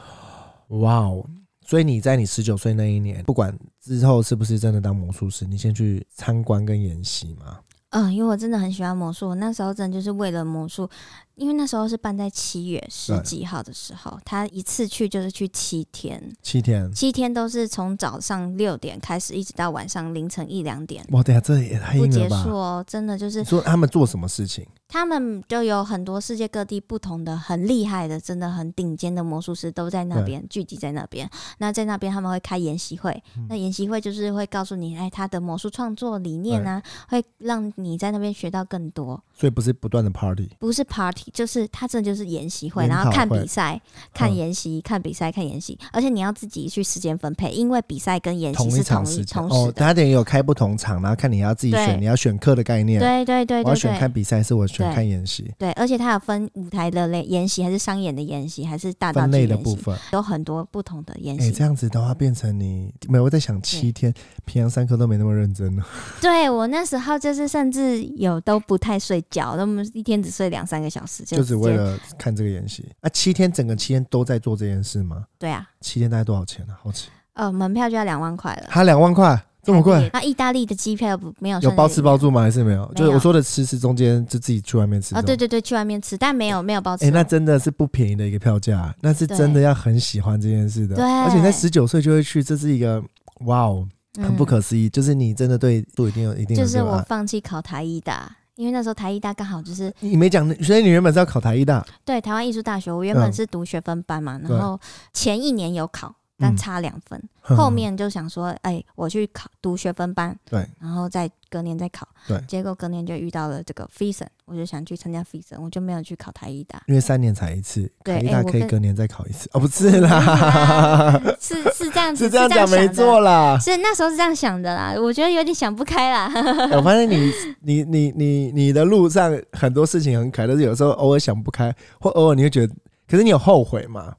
B: 哇哦！所以你在你十九岁那一年，不管之后是不是真的当魔术师，你先去参观跟研习嘛。
A: 嗯，因为我真的很喜欢魔术，我那时候真的就是为了魔术，因为那时候是办在七月十
B: 对
A: 几号的时候，他一次去就是去七天，
B: 七天，
A: 七天都是从早上六点开始，一直到晚上凌晨一两点，
B: 哇，等一下这也太
A: 不
B: 硬了
A: 结
B: 吧
A: 束？哦，真的就是
B: 你说他们做什么事情？
A: 他们就有很多世界各地不同的很厉害的，真的很顶尖的魔术师都在那边聚集在那边。那在那边他们会开研习会，
B: 嗯
A: 那研习会就是会告诉你，哎，他的魔术创作理念啊，会让你在那边学到更多。
B: 所以不是不断的 party，
A: 不是 party，就是他真的就是研习会，
B: 研
A: 然后
B: 讨
A: 看
B: 会
A: 比赛、看
B: 嗯
A: 研习、看比赛、看研习，而且你要自己去时间分配，因为比赛跟研习
B: 同
A: 是
B: 场
A: 同
B: 时
A: 一
B: 间
A: 同
B: 哦
A: 时，的。
B: 他等于有开不同场，然后看你要自己
A: 对
B: 选，你要选课的概念，
A: 对对对
B: 我
A: 对
B: 要选
A: 对
B: 看比赛，还是我选
A: 对
B: 看演习
A: 对，而且它有分舞台的类研习，还是商演的研习，还是大道
B: 分
A: 具
B: 类的
A: 研
B: 部
A: 习。
B: 分。
A: 有很多不同的演
B: 哎、
A: 习。
B: 这样子的话，变成你没有我在想七天，平常上课都没那么认真了。
A: 对我那时候就是甚至有都不太睡觉，那么一天只睡两三个小时，
B: 就只
A: 直
B: 为
A: 接
B: 了看这个演习。啊，七天整个七天都在做这件事吗？
A: 对啊，
B: 七天大概多少钱啊呢、好奇。
A: 呃，门票就要两万块了，
B: 他两万块，这么贵？
A: 那意大利的机票不没有
B: 哎
A: 算
B: 有
A: 在
B: 包
A: 里
B: 吃
A: 面
B: 包住吗？还是没有？就是我
A: 有
B: 说的吃是中间就自己去外面吃。
A: 哦，对。对对，去外面吃，但没有没有包吃
B: 哎、
A: 哦。
B: 那真的是不便宜的一个票价，啊那是真的
A: 对
B: 要很喜欢这件事的。
A: 对
B: 而且在十九岁就会去，这是一个哇哦，很不可思议。就是你真的对做一定有啊一
A: 嗯
B: 定的
A: 就是
B: 热
A: 我
B: 爱。
A: 放弃考台艺大。因为那时候台艺大刚好就是
B: 你没讲，所以你原本是要考台艺大，
A: 对台湾艺术大学，我原本
B: 嗯
A: 是读学分班嘛，
B: 对
A: 然后前一年有考，
B: 嗯
A: 但差两分，后面就想说，哎、我去考读学分班，
B: 对，
A: 然后再隔年再考，
B: 对
A: 结果隔年就遇到了这个 FISN，我就想去参加 FISN，我就没有去考台艺大
B: [laughs] ，因为三年才一次，
A: 对
B: 台艺
A: 哎
B: 大
A: 我
B: 可以
A: 跟
B: 隔年再考一次哦，不是 [laughs]
A: 我
B: 啦，
A: 是是这样子，
B: 是这样讲没
A: 想的
B: 错。啦。
A: 是那时候是这样想的啦，我觉得有点想不开啦。 [laughs]
B: [laughs] 哎我发现你你你你你的路上很多事情很可爱，但是有时候偶尔想不开，或偶尔你会觉得，可是你有后悔吗？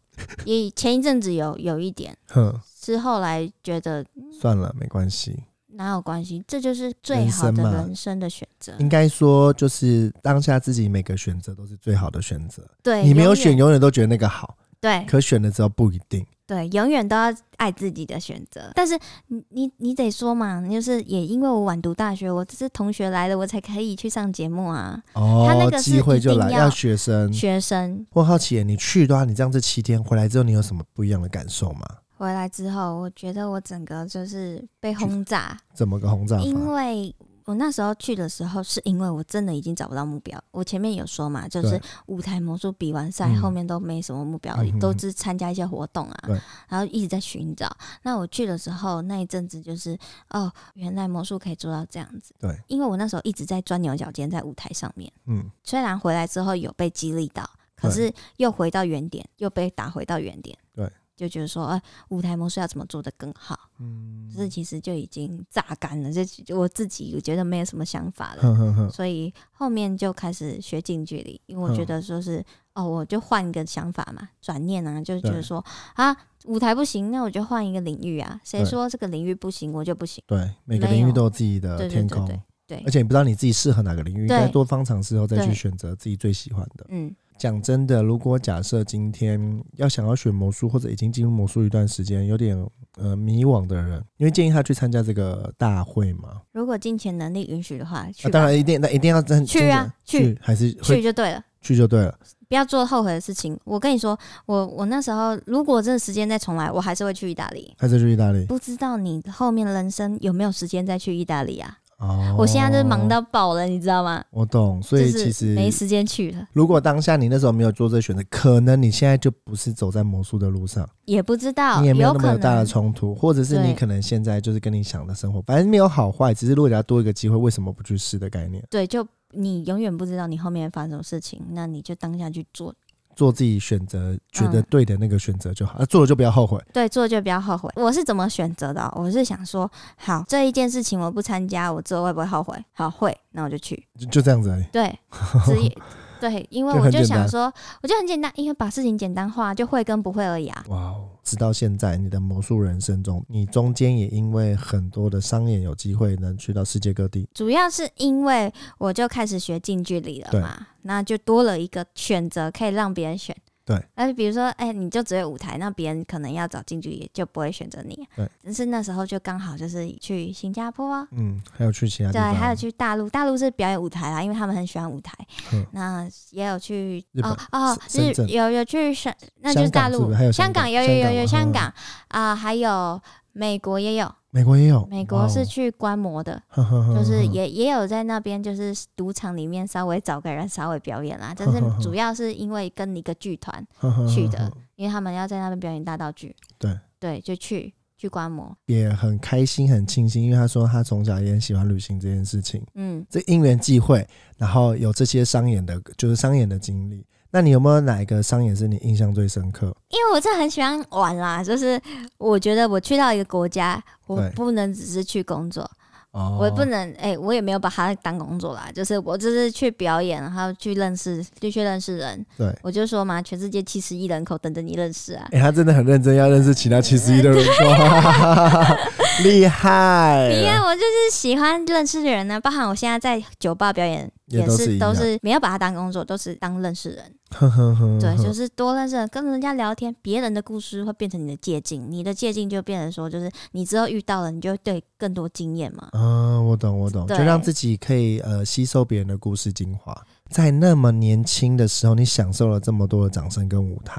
A: 也前一阵子有有一点，
B: 哼，
A: 是后来觉得
B: 算了，没关系。
A: 哪有关系，这就是最好
B: 人
A: 的
B: 生嘛
A: 人生的选择。
B: 应该说，就是当下自己每个选择都是最好的选择。
A: 对，
B: 你没
A: 永
B: 有选，
A: 远
B: 永远都觉得那个好，
A: 对
B: 可选了之后不一定。
A: 对，永远都要爱自己的选择。但是你你你得说嘛，就是也因为我晚读大学，我这是同学来了，我才可以去上节目啊。他那
B: 哦，
A: 个是
B: 机会就来，
A: 一定要
B: 要学生。
A: 学生
B: 我好奇耶，你去的话，你这样这七天回来之后，你有什么不一样的感受吗？
A: 回来之后，我觉得我整个就是被轰炸，
B: 怎么个轰炸法？
A: 因为我那时候去的时候，是因为我真的已经找不到目标。我前面有说嘛，就是
B: 对
A: 舞台魔术比完赛、
B: 嗯
A: 后面都没什么目标，
B: 嗯哼
A: 都是参加一些活动啊
B: 对，
A: 然后一直在寻找。那我去的时候，那一阵子就是哦，原来魔术可以做到这样子。
B: 对，
A: 因为我那时候一直在钻牛角尖，在舞台上面，
B: 嗯，
A: 虽然回来之后有被激励到，可是又回到原点，又被打回到原点。
B: 对。
A: 就觉得说，哎、舞台魔术要怎么做得更好？
B: 嗯
A: 就是其实就已经榨干了，这我自己我觉得没有什么想法了，
B: 哼哼哼，
A: [laughs] 所以后面就开始学近距离，因为我觉得说是、哦，我就换一个想法嘛，转念啊，就是觉得说啊，舞台不行，那我就换一个领域啊，谁
B: 对
A: 说这个领域不行，我就不行，
B: 对，每个
A: 没
B: 领域
A: 有
B: 都有自己的
A: 对对
B: 天
A: 对
B: 空，
A: 对对
B: 而，且你不知道你自己适合哪个领域，应
A: 对
B: 该多方尝试后再去
A: 对
B: 选择自己最喜欢的。
A: 嗯
B: 讲真的，如果假设今天要想要学魔术，或者已经进入魔术一段时间，有点呃迷惘的人，因为建议他去参加这个大会嘛，
A: 如果金钱能力允许的话，去吧，
B: 啊、当然一定，那一定要参
A: 去啊
B: 进去还是
A: 去
B: 会
A: 就对了。
B: 去就对了。
A: 不要做后悔的事情。我跟你说，我我那时候如果这个时间再重来，我还是会去意大利。
B: 还是去意大利
A: 不知道你后面人生有没有时间再去意大利啊？
B: 哦，
A: 我现在就是忙到爆了，你知道吗？
B: 我懂，所以
A: 就是
B: 其实
A: 没时间去了，
B: 如果当下你那时候没有做这选择，可能你现在就不是走在魔术的路上，
A: 也不知道，
B: 你也没有那么
A: 哦可
B: 有大的
A: 能
B: 冲突，或者是你
A: 对
B: 可能现在就是跟你想的生活，反正没有好坏，只是如果给他多一个机会，为什么不去试的概念，
A: 对，就你永远不知道你后面会发生什么事情，那你就当下去做，
B: 做自己选择觉得对的那个选择就好，啊、做了就不要后悔。
A: 对，做就不要后悔。我是怎么选择的哦、我是想说，好，这一件事情我不参加，我之后会不会后悔？好，会，那我就去。
B: 就就这样子而已， [laughs]
A: 对，只也对，因为
B: 就
A: 我
B: 很
A: 就
B: 简
A: 想
B: 单
A: 说，我就很简单，因为把事情简单化，就会跟不会而已啊。
B: 哇哦！直到现在，你的魔术人生中，你中间也因为很多的商演有机会能去到世界各地，
A: 主要是因为我就开始学近距离了嘛，那就多了一个选择，可以让别人选。
B: 对，
A: 而比如说，哎、你就只有舞台，那别人可能要找近距离，就不会选择你。
B: 对，
A: 只是那时候就刚好就是去新加坡、啊，
B: 嗯，还有去其他地
A: 对，
B: 方，
A: 还有去大陆，大陆是表演舞台啦，因为他们很喜欢舞台。
B: 嗯
A: 那也有去
B: 日本
A: 哦哦，
B: 深
A: 日
B: 深圳
A: 有有去深，那就是
B: 香港
A: 大
B: 是不
A: 陆
B: 是还有，香
A: 香
B: 港
A: 港有有有有
B: 香
A: 香
B: 港嗯
A: 港啊，还有美国也有，
B: 美国也有，哦
A: 美国是去观摩的，
B: 哇哦，
A: 就
B: 就是
A: 也也有在那边，就是赌场里面稍微找个人稍微表演啦，但
B: [laughs]
A: 是
B: 呵呵呵
A: 主要是因为跟一个剧团，去的因为他们要在那边表演大道具，
B: 嗯对
A: 对，就去去观摩，
B: 也很开心、很庆幸，因为他说他从小也很喜欢旅行这件事情，
A: 嗯，
B: 这因缘际会，然后有这些商演的，就是商演的经历。那你有没有哪一个商演是你印象最深刻？
A: 因为我真的很喜欢玩啦，就是我觉得我去到一个国家，
B: 对
A: 我不能只是去工作，
B: 哦
A: 我不能哎、我也没有把它当工作啦，就是我就是去表演，然后去认识，就去认识人。
B: 对，
A: 我就说嘛，全世界七十亿人口等着你认识啊，
B: 哎、他真的很认真，要认识其他七十一的人，
A: [laughs]
B: 哇 [laughs] 厉害，
A: 因为我就是喜欢认识的人呢、啊包含我现在在酒吧表演。
B: 也
A: 也
B: 都是一
A: 是都
B: 样
A: 是没有把它当工作，都是当认识人。
B: 呵呵呵
A: 对，
B: 呵
A: 就是多认识人，跟人家聊天，别人的故事会变成你的借鉴，你的借鉴就变成说，就是你之后遇到了，你就会对更多经验嘛。
B: [laughs] 啊，我懂，我懂，就
A: 对
B: 让自己可以呃吸收别人的故事精华。在那么年轻的时候，你享受了这么多的掌声跟舞台，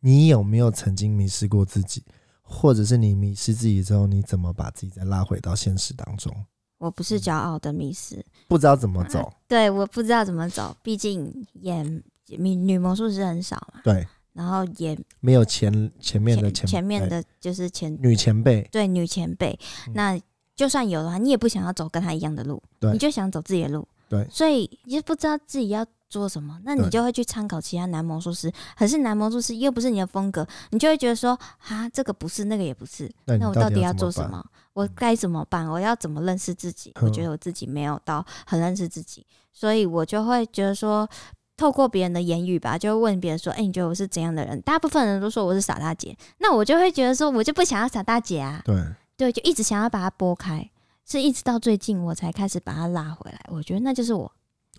B: 你有没有曾经迷失过自己？或者是你迷失自己之后，你怎么把自己再拉回到现实当中？
A: 我不是骄傲的迷失，
B: 不知道怎么走，
A: 对，我不知道怎么走，毕竟也女女魔术师很少嘛，
B: 对，
A: 然后也
B: 没有前前面的
A: 哎前
B: 前
A: 前面
B: 辈
A: 的就是前
B: 女前辈，
A: 对女前辈，
B: 嗯
A: 那就算有的话，你也不想要走跟她一样的路
B: 对，
A: 你就想走自己的路，
B: 对
A: 所以你就不知道自己要做什么，那你
B: 对
A: 就会去参考其他男魔术师，可是男魔术师又不是你的风格，你就会觉得说啊，这个不是，那个也不是，
B: 那你
A: 那我
B: 到
A: 到
B: 底
A: 底
B: 要
A: 要
B: 怎
A: 做
B: 么
A: 什
B: 办嗯
A: 么？我该怎么办？我要怎么认识自己？我觉得我自己没有到很认识自己，所以我就会觉得说，透过别人的言语吧，就会问别人说：“哎、你觉得我是怎样的人？”大部分人都说我是傻大姐，那我就会觉得说，我就不想要傻大姐啊，
B: 对，
A: 对，就一直想要把它拨开，是一直到最近我才开始把它拉回来。我觉得那就是我，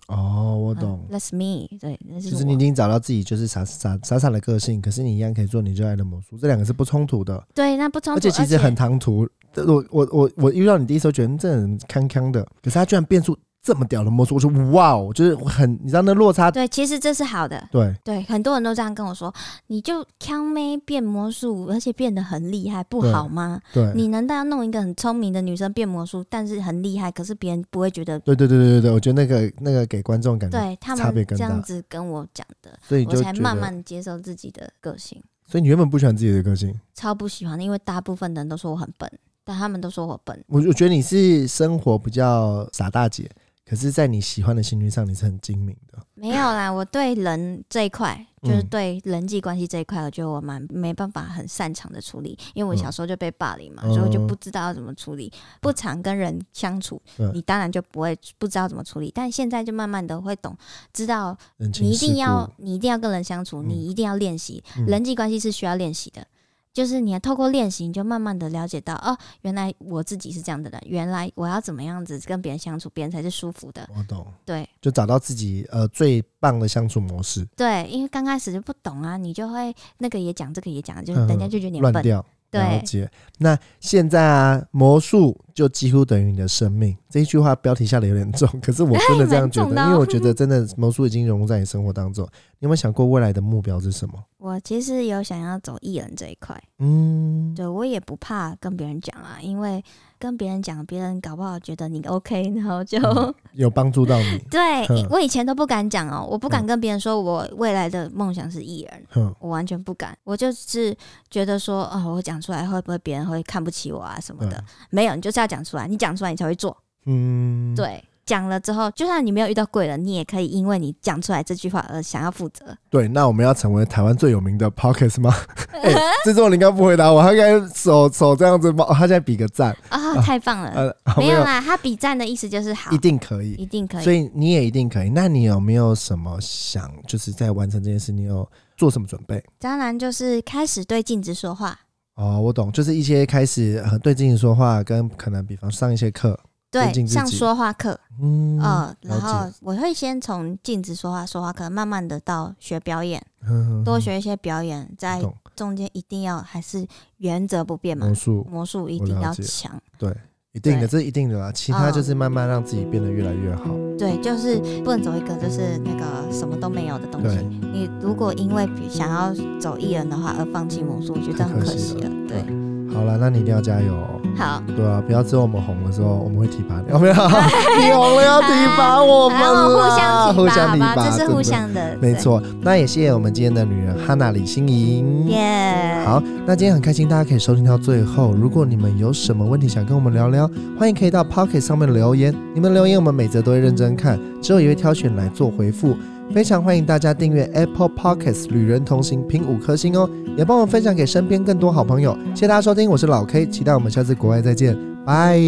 B: 哦，我
A: 我
B: 懂。
A: That's me，对，那嗯是
B: 就
A: 我。
B: 是你已经找到自己就是傻傻傻傻的个性，可是你一样可以做你热爱的魔术，这两个是不冲突的。
A: 对，那不冲突，
B: 而且其实很唐突。我我我我遇到你第一次，觉得嗯这人康康的，可是他居然变出这么屌的魔术，我说哇哦，就是我很你知道那落差，
A: 对，其实这是好的。
B: 对
A: 对，很多人都这样跟我说，你就康妹变魔术，而且变得很厉害，不好吗？
B: 对，
A: 你难道要弄一个很聪明的女生变魔术，但是很厉害，可是别人不会觉得？
B: 对对对对对对，我觉得那个那个给观众感觉，
A: 对他
B: 差别
A: 们
B: 更
A: 这
B: 大
A: 样子跟我讲的，
B: 所以你
A: 我
B: 就
A: 才
B: 觉
A: 慢
B: 得
A: 慢接受自己的个性。
B: 所以你原本不喜欢自己的个性，
A: 超不喜欢的，因为大部分人都说我很笨，但他们都说我笨。
B: 我我觉得你是生活比较傻大姐，可是，在你喜欢的兴趣上，你是很精明的。
A: 没有啦，我对人这一块，就是
B: 嗯
A: 对人际关系这一块，我觉得我蛮没办法很擅长的处理，因为我
B: 嗯
A: 小时候就被霸凌嘛，所以我就
B: 哦
A: 不知道要怎么处理，不常跟人相处
B: 对，
A: 你当然就不会不知道怎么处理。但现在就慢慢的会懂，知道
B: 人情
A: 你一
B: 世
A: 定
B: 故
A: 要你一定要跟人相处，
B: 嗯
A: 你一定要练习，
B: 嗯
A: 人际关系是需要练习的。就是你要透过练习，你就慢慢的了解到，哦，原来我自己是这样的人，原来我要怎么样子跟别人相处，别人才是舒服的。
B: 我懂，
A: 对
B: 就找到自己呃最棒的相处模式，
A: 对，因为刚开始就不懂啊，你就会那个也讲，这个也讲，就是
B: 嗯
A: 人家就觉得你
B: 乱
A: 笨。
B: 掉。了
A: 对
B: 解。那现在啊，魔术就几乎等于你的生命。这一句话标题下的有点重，可是我真的这样觉
A: 蛮重
B: 得，
A: 的哦
B: 因为我觉得真的魔术已经融入在你生活当中。你有没有想过未来的目标是什么？
A: 我其实有想要走艺人这一块，
B: 嗯，
A: 对我也不怕跟别人讲啊，因为跟别人讲，别人搞不好觉得你 OK，然后就、
B: 嗯有帮助到你。
A: [laughs] 对
B: 嗯
A: 我以前都不敢讲哦，我不敢
B: 嗯
A: 跟别人说我未来的梦想是艺人，
B: 哼，
A: 我完全不敢，我就是觉得说，哦，我讲出来会不会别人会看不起我啊什么的？
B: 嗯
A: 没有，你就是要讲出来，你讲出来你才会做。
B: 嗯，，
A: 对，讲了之后，就算你没有遇到贵人，你也可以因为你讲出来这句话而想要负责。
B: 对。那我们要成为台湾最有名的
A: [laughs]
B: Pockets 吗？哎、制作人刚不回答我，他刚才手手这样子冒，他现在比个赞。
A: 啊、太棒了！
B: 呃，
A: 没
B: 有
A: 有，啦，他比赞的意思就是好，
B: 一定可以。
A: 一定可以。
B: 所以你也一定可以。那你有没有什么想，就是在完成这件事，你有做什么准备？
A: 当然就是开始对镜子说话，
B: 哦，我懂，就是一些开始呃对自己说话，跟可能比方上一些课，对镜
A: 对，
B: 自
A: 上
B: 己
A: 说话课，
B: 嗯，
A: 呃，然
B: 了
A: 后
B: 解，
A: 我会先从镜子说话说话课，慢慢的到学表演，
B: 嗯
A: 多学一些表演，在
B: 懂
A: 中间一定要还是原则不变嘛
B: 魔，术，
A: 魔术一
B: 我
A: 定
B: 了
A: 要
B: 解
A: 强。
B: 对，一定的，
A: 对
B: 这是一定的啦。其他就是慢慢让自己变得越来越好，
A: 对，就是不能走一个就是那个什么都没有的东西
B: 对。，
A: 你如果因为想要走艺人的话而放弃魔术，我觉得
B: 太
A: 很
B: 可
A: 可惜
B: 了
A: 了。。对，
B: 好了，那你一定要加油哦。
A: 好，
B: 对啊，不要之后我们红的时候，我们会提拔
A: [laughs]
B: 你。哦，没有，你红了要提拔我们
A: 然后互
B: 啦，
A: 相
B: 互
A: 提拔，
B: 相
A: 好
B: 提
A: 吧，
B: 拔，
A: 这是
B: 真
A: 互
B: 的
A: 相的，
B: 没错，那也谢谢我们今天的女人哈娜李欣
A: 对。
B: 莹。
A: 耶，
B: 好，那今天很开心，大家可以收听到最后。如果你们有什么问题想跟我们聊聊，欢迎可以到 Pocket 上面留言。你们留言我们每则都会认真看，之后也会挑选来做回复。非常欢迎大家订阅 Apple Pockets 旅人同行，评五颗星哦，也帮我分享给身边更多好朋友。谢谢大家收听，我是老 K，期待我们下次国外再见，拜。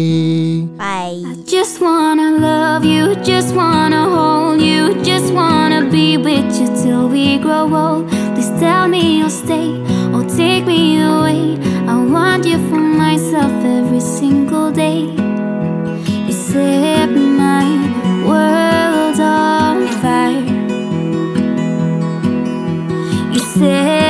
A: 拜。
C: Just wanna love you, just wanna hold you, just wanna be with you till we grow old. Please tell me you'll stay or take me away. I want you for myself every single day. You set my world on fire. You set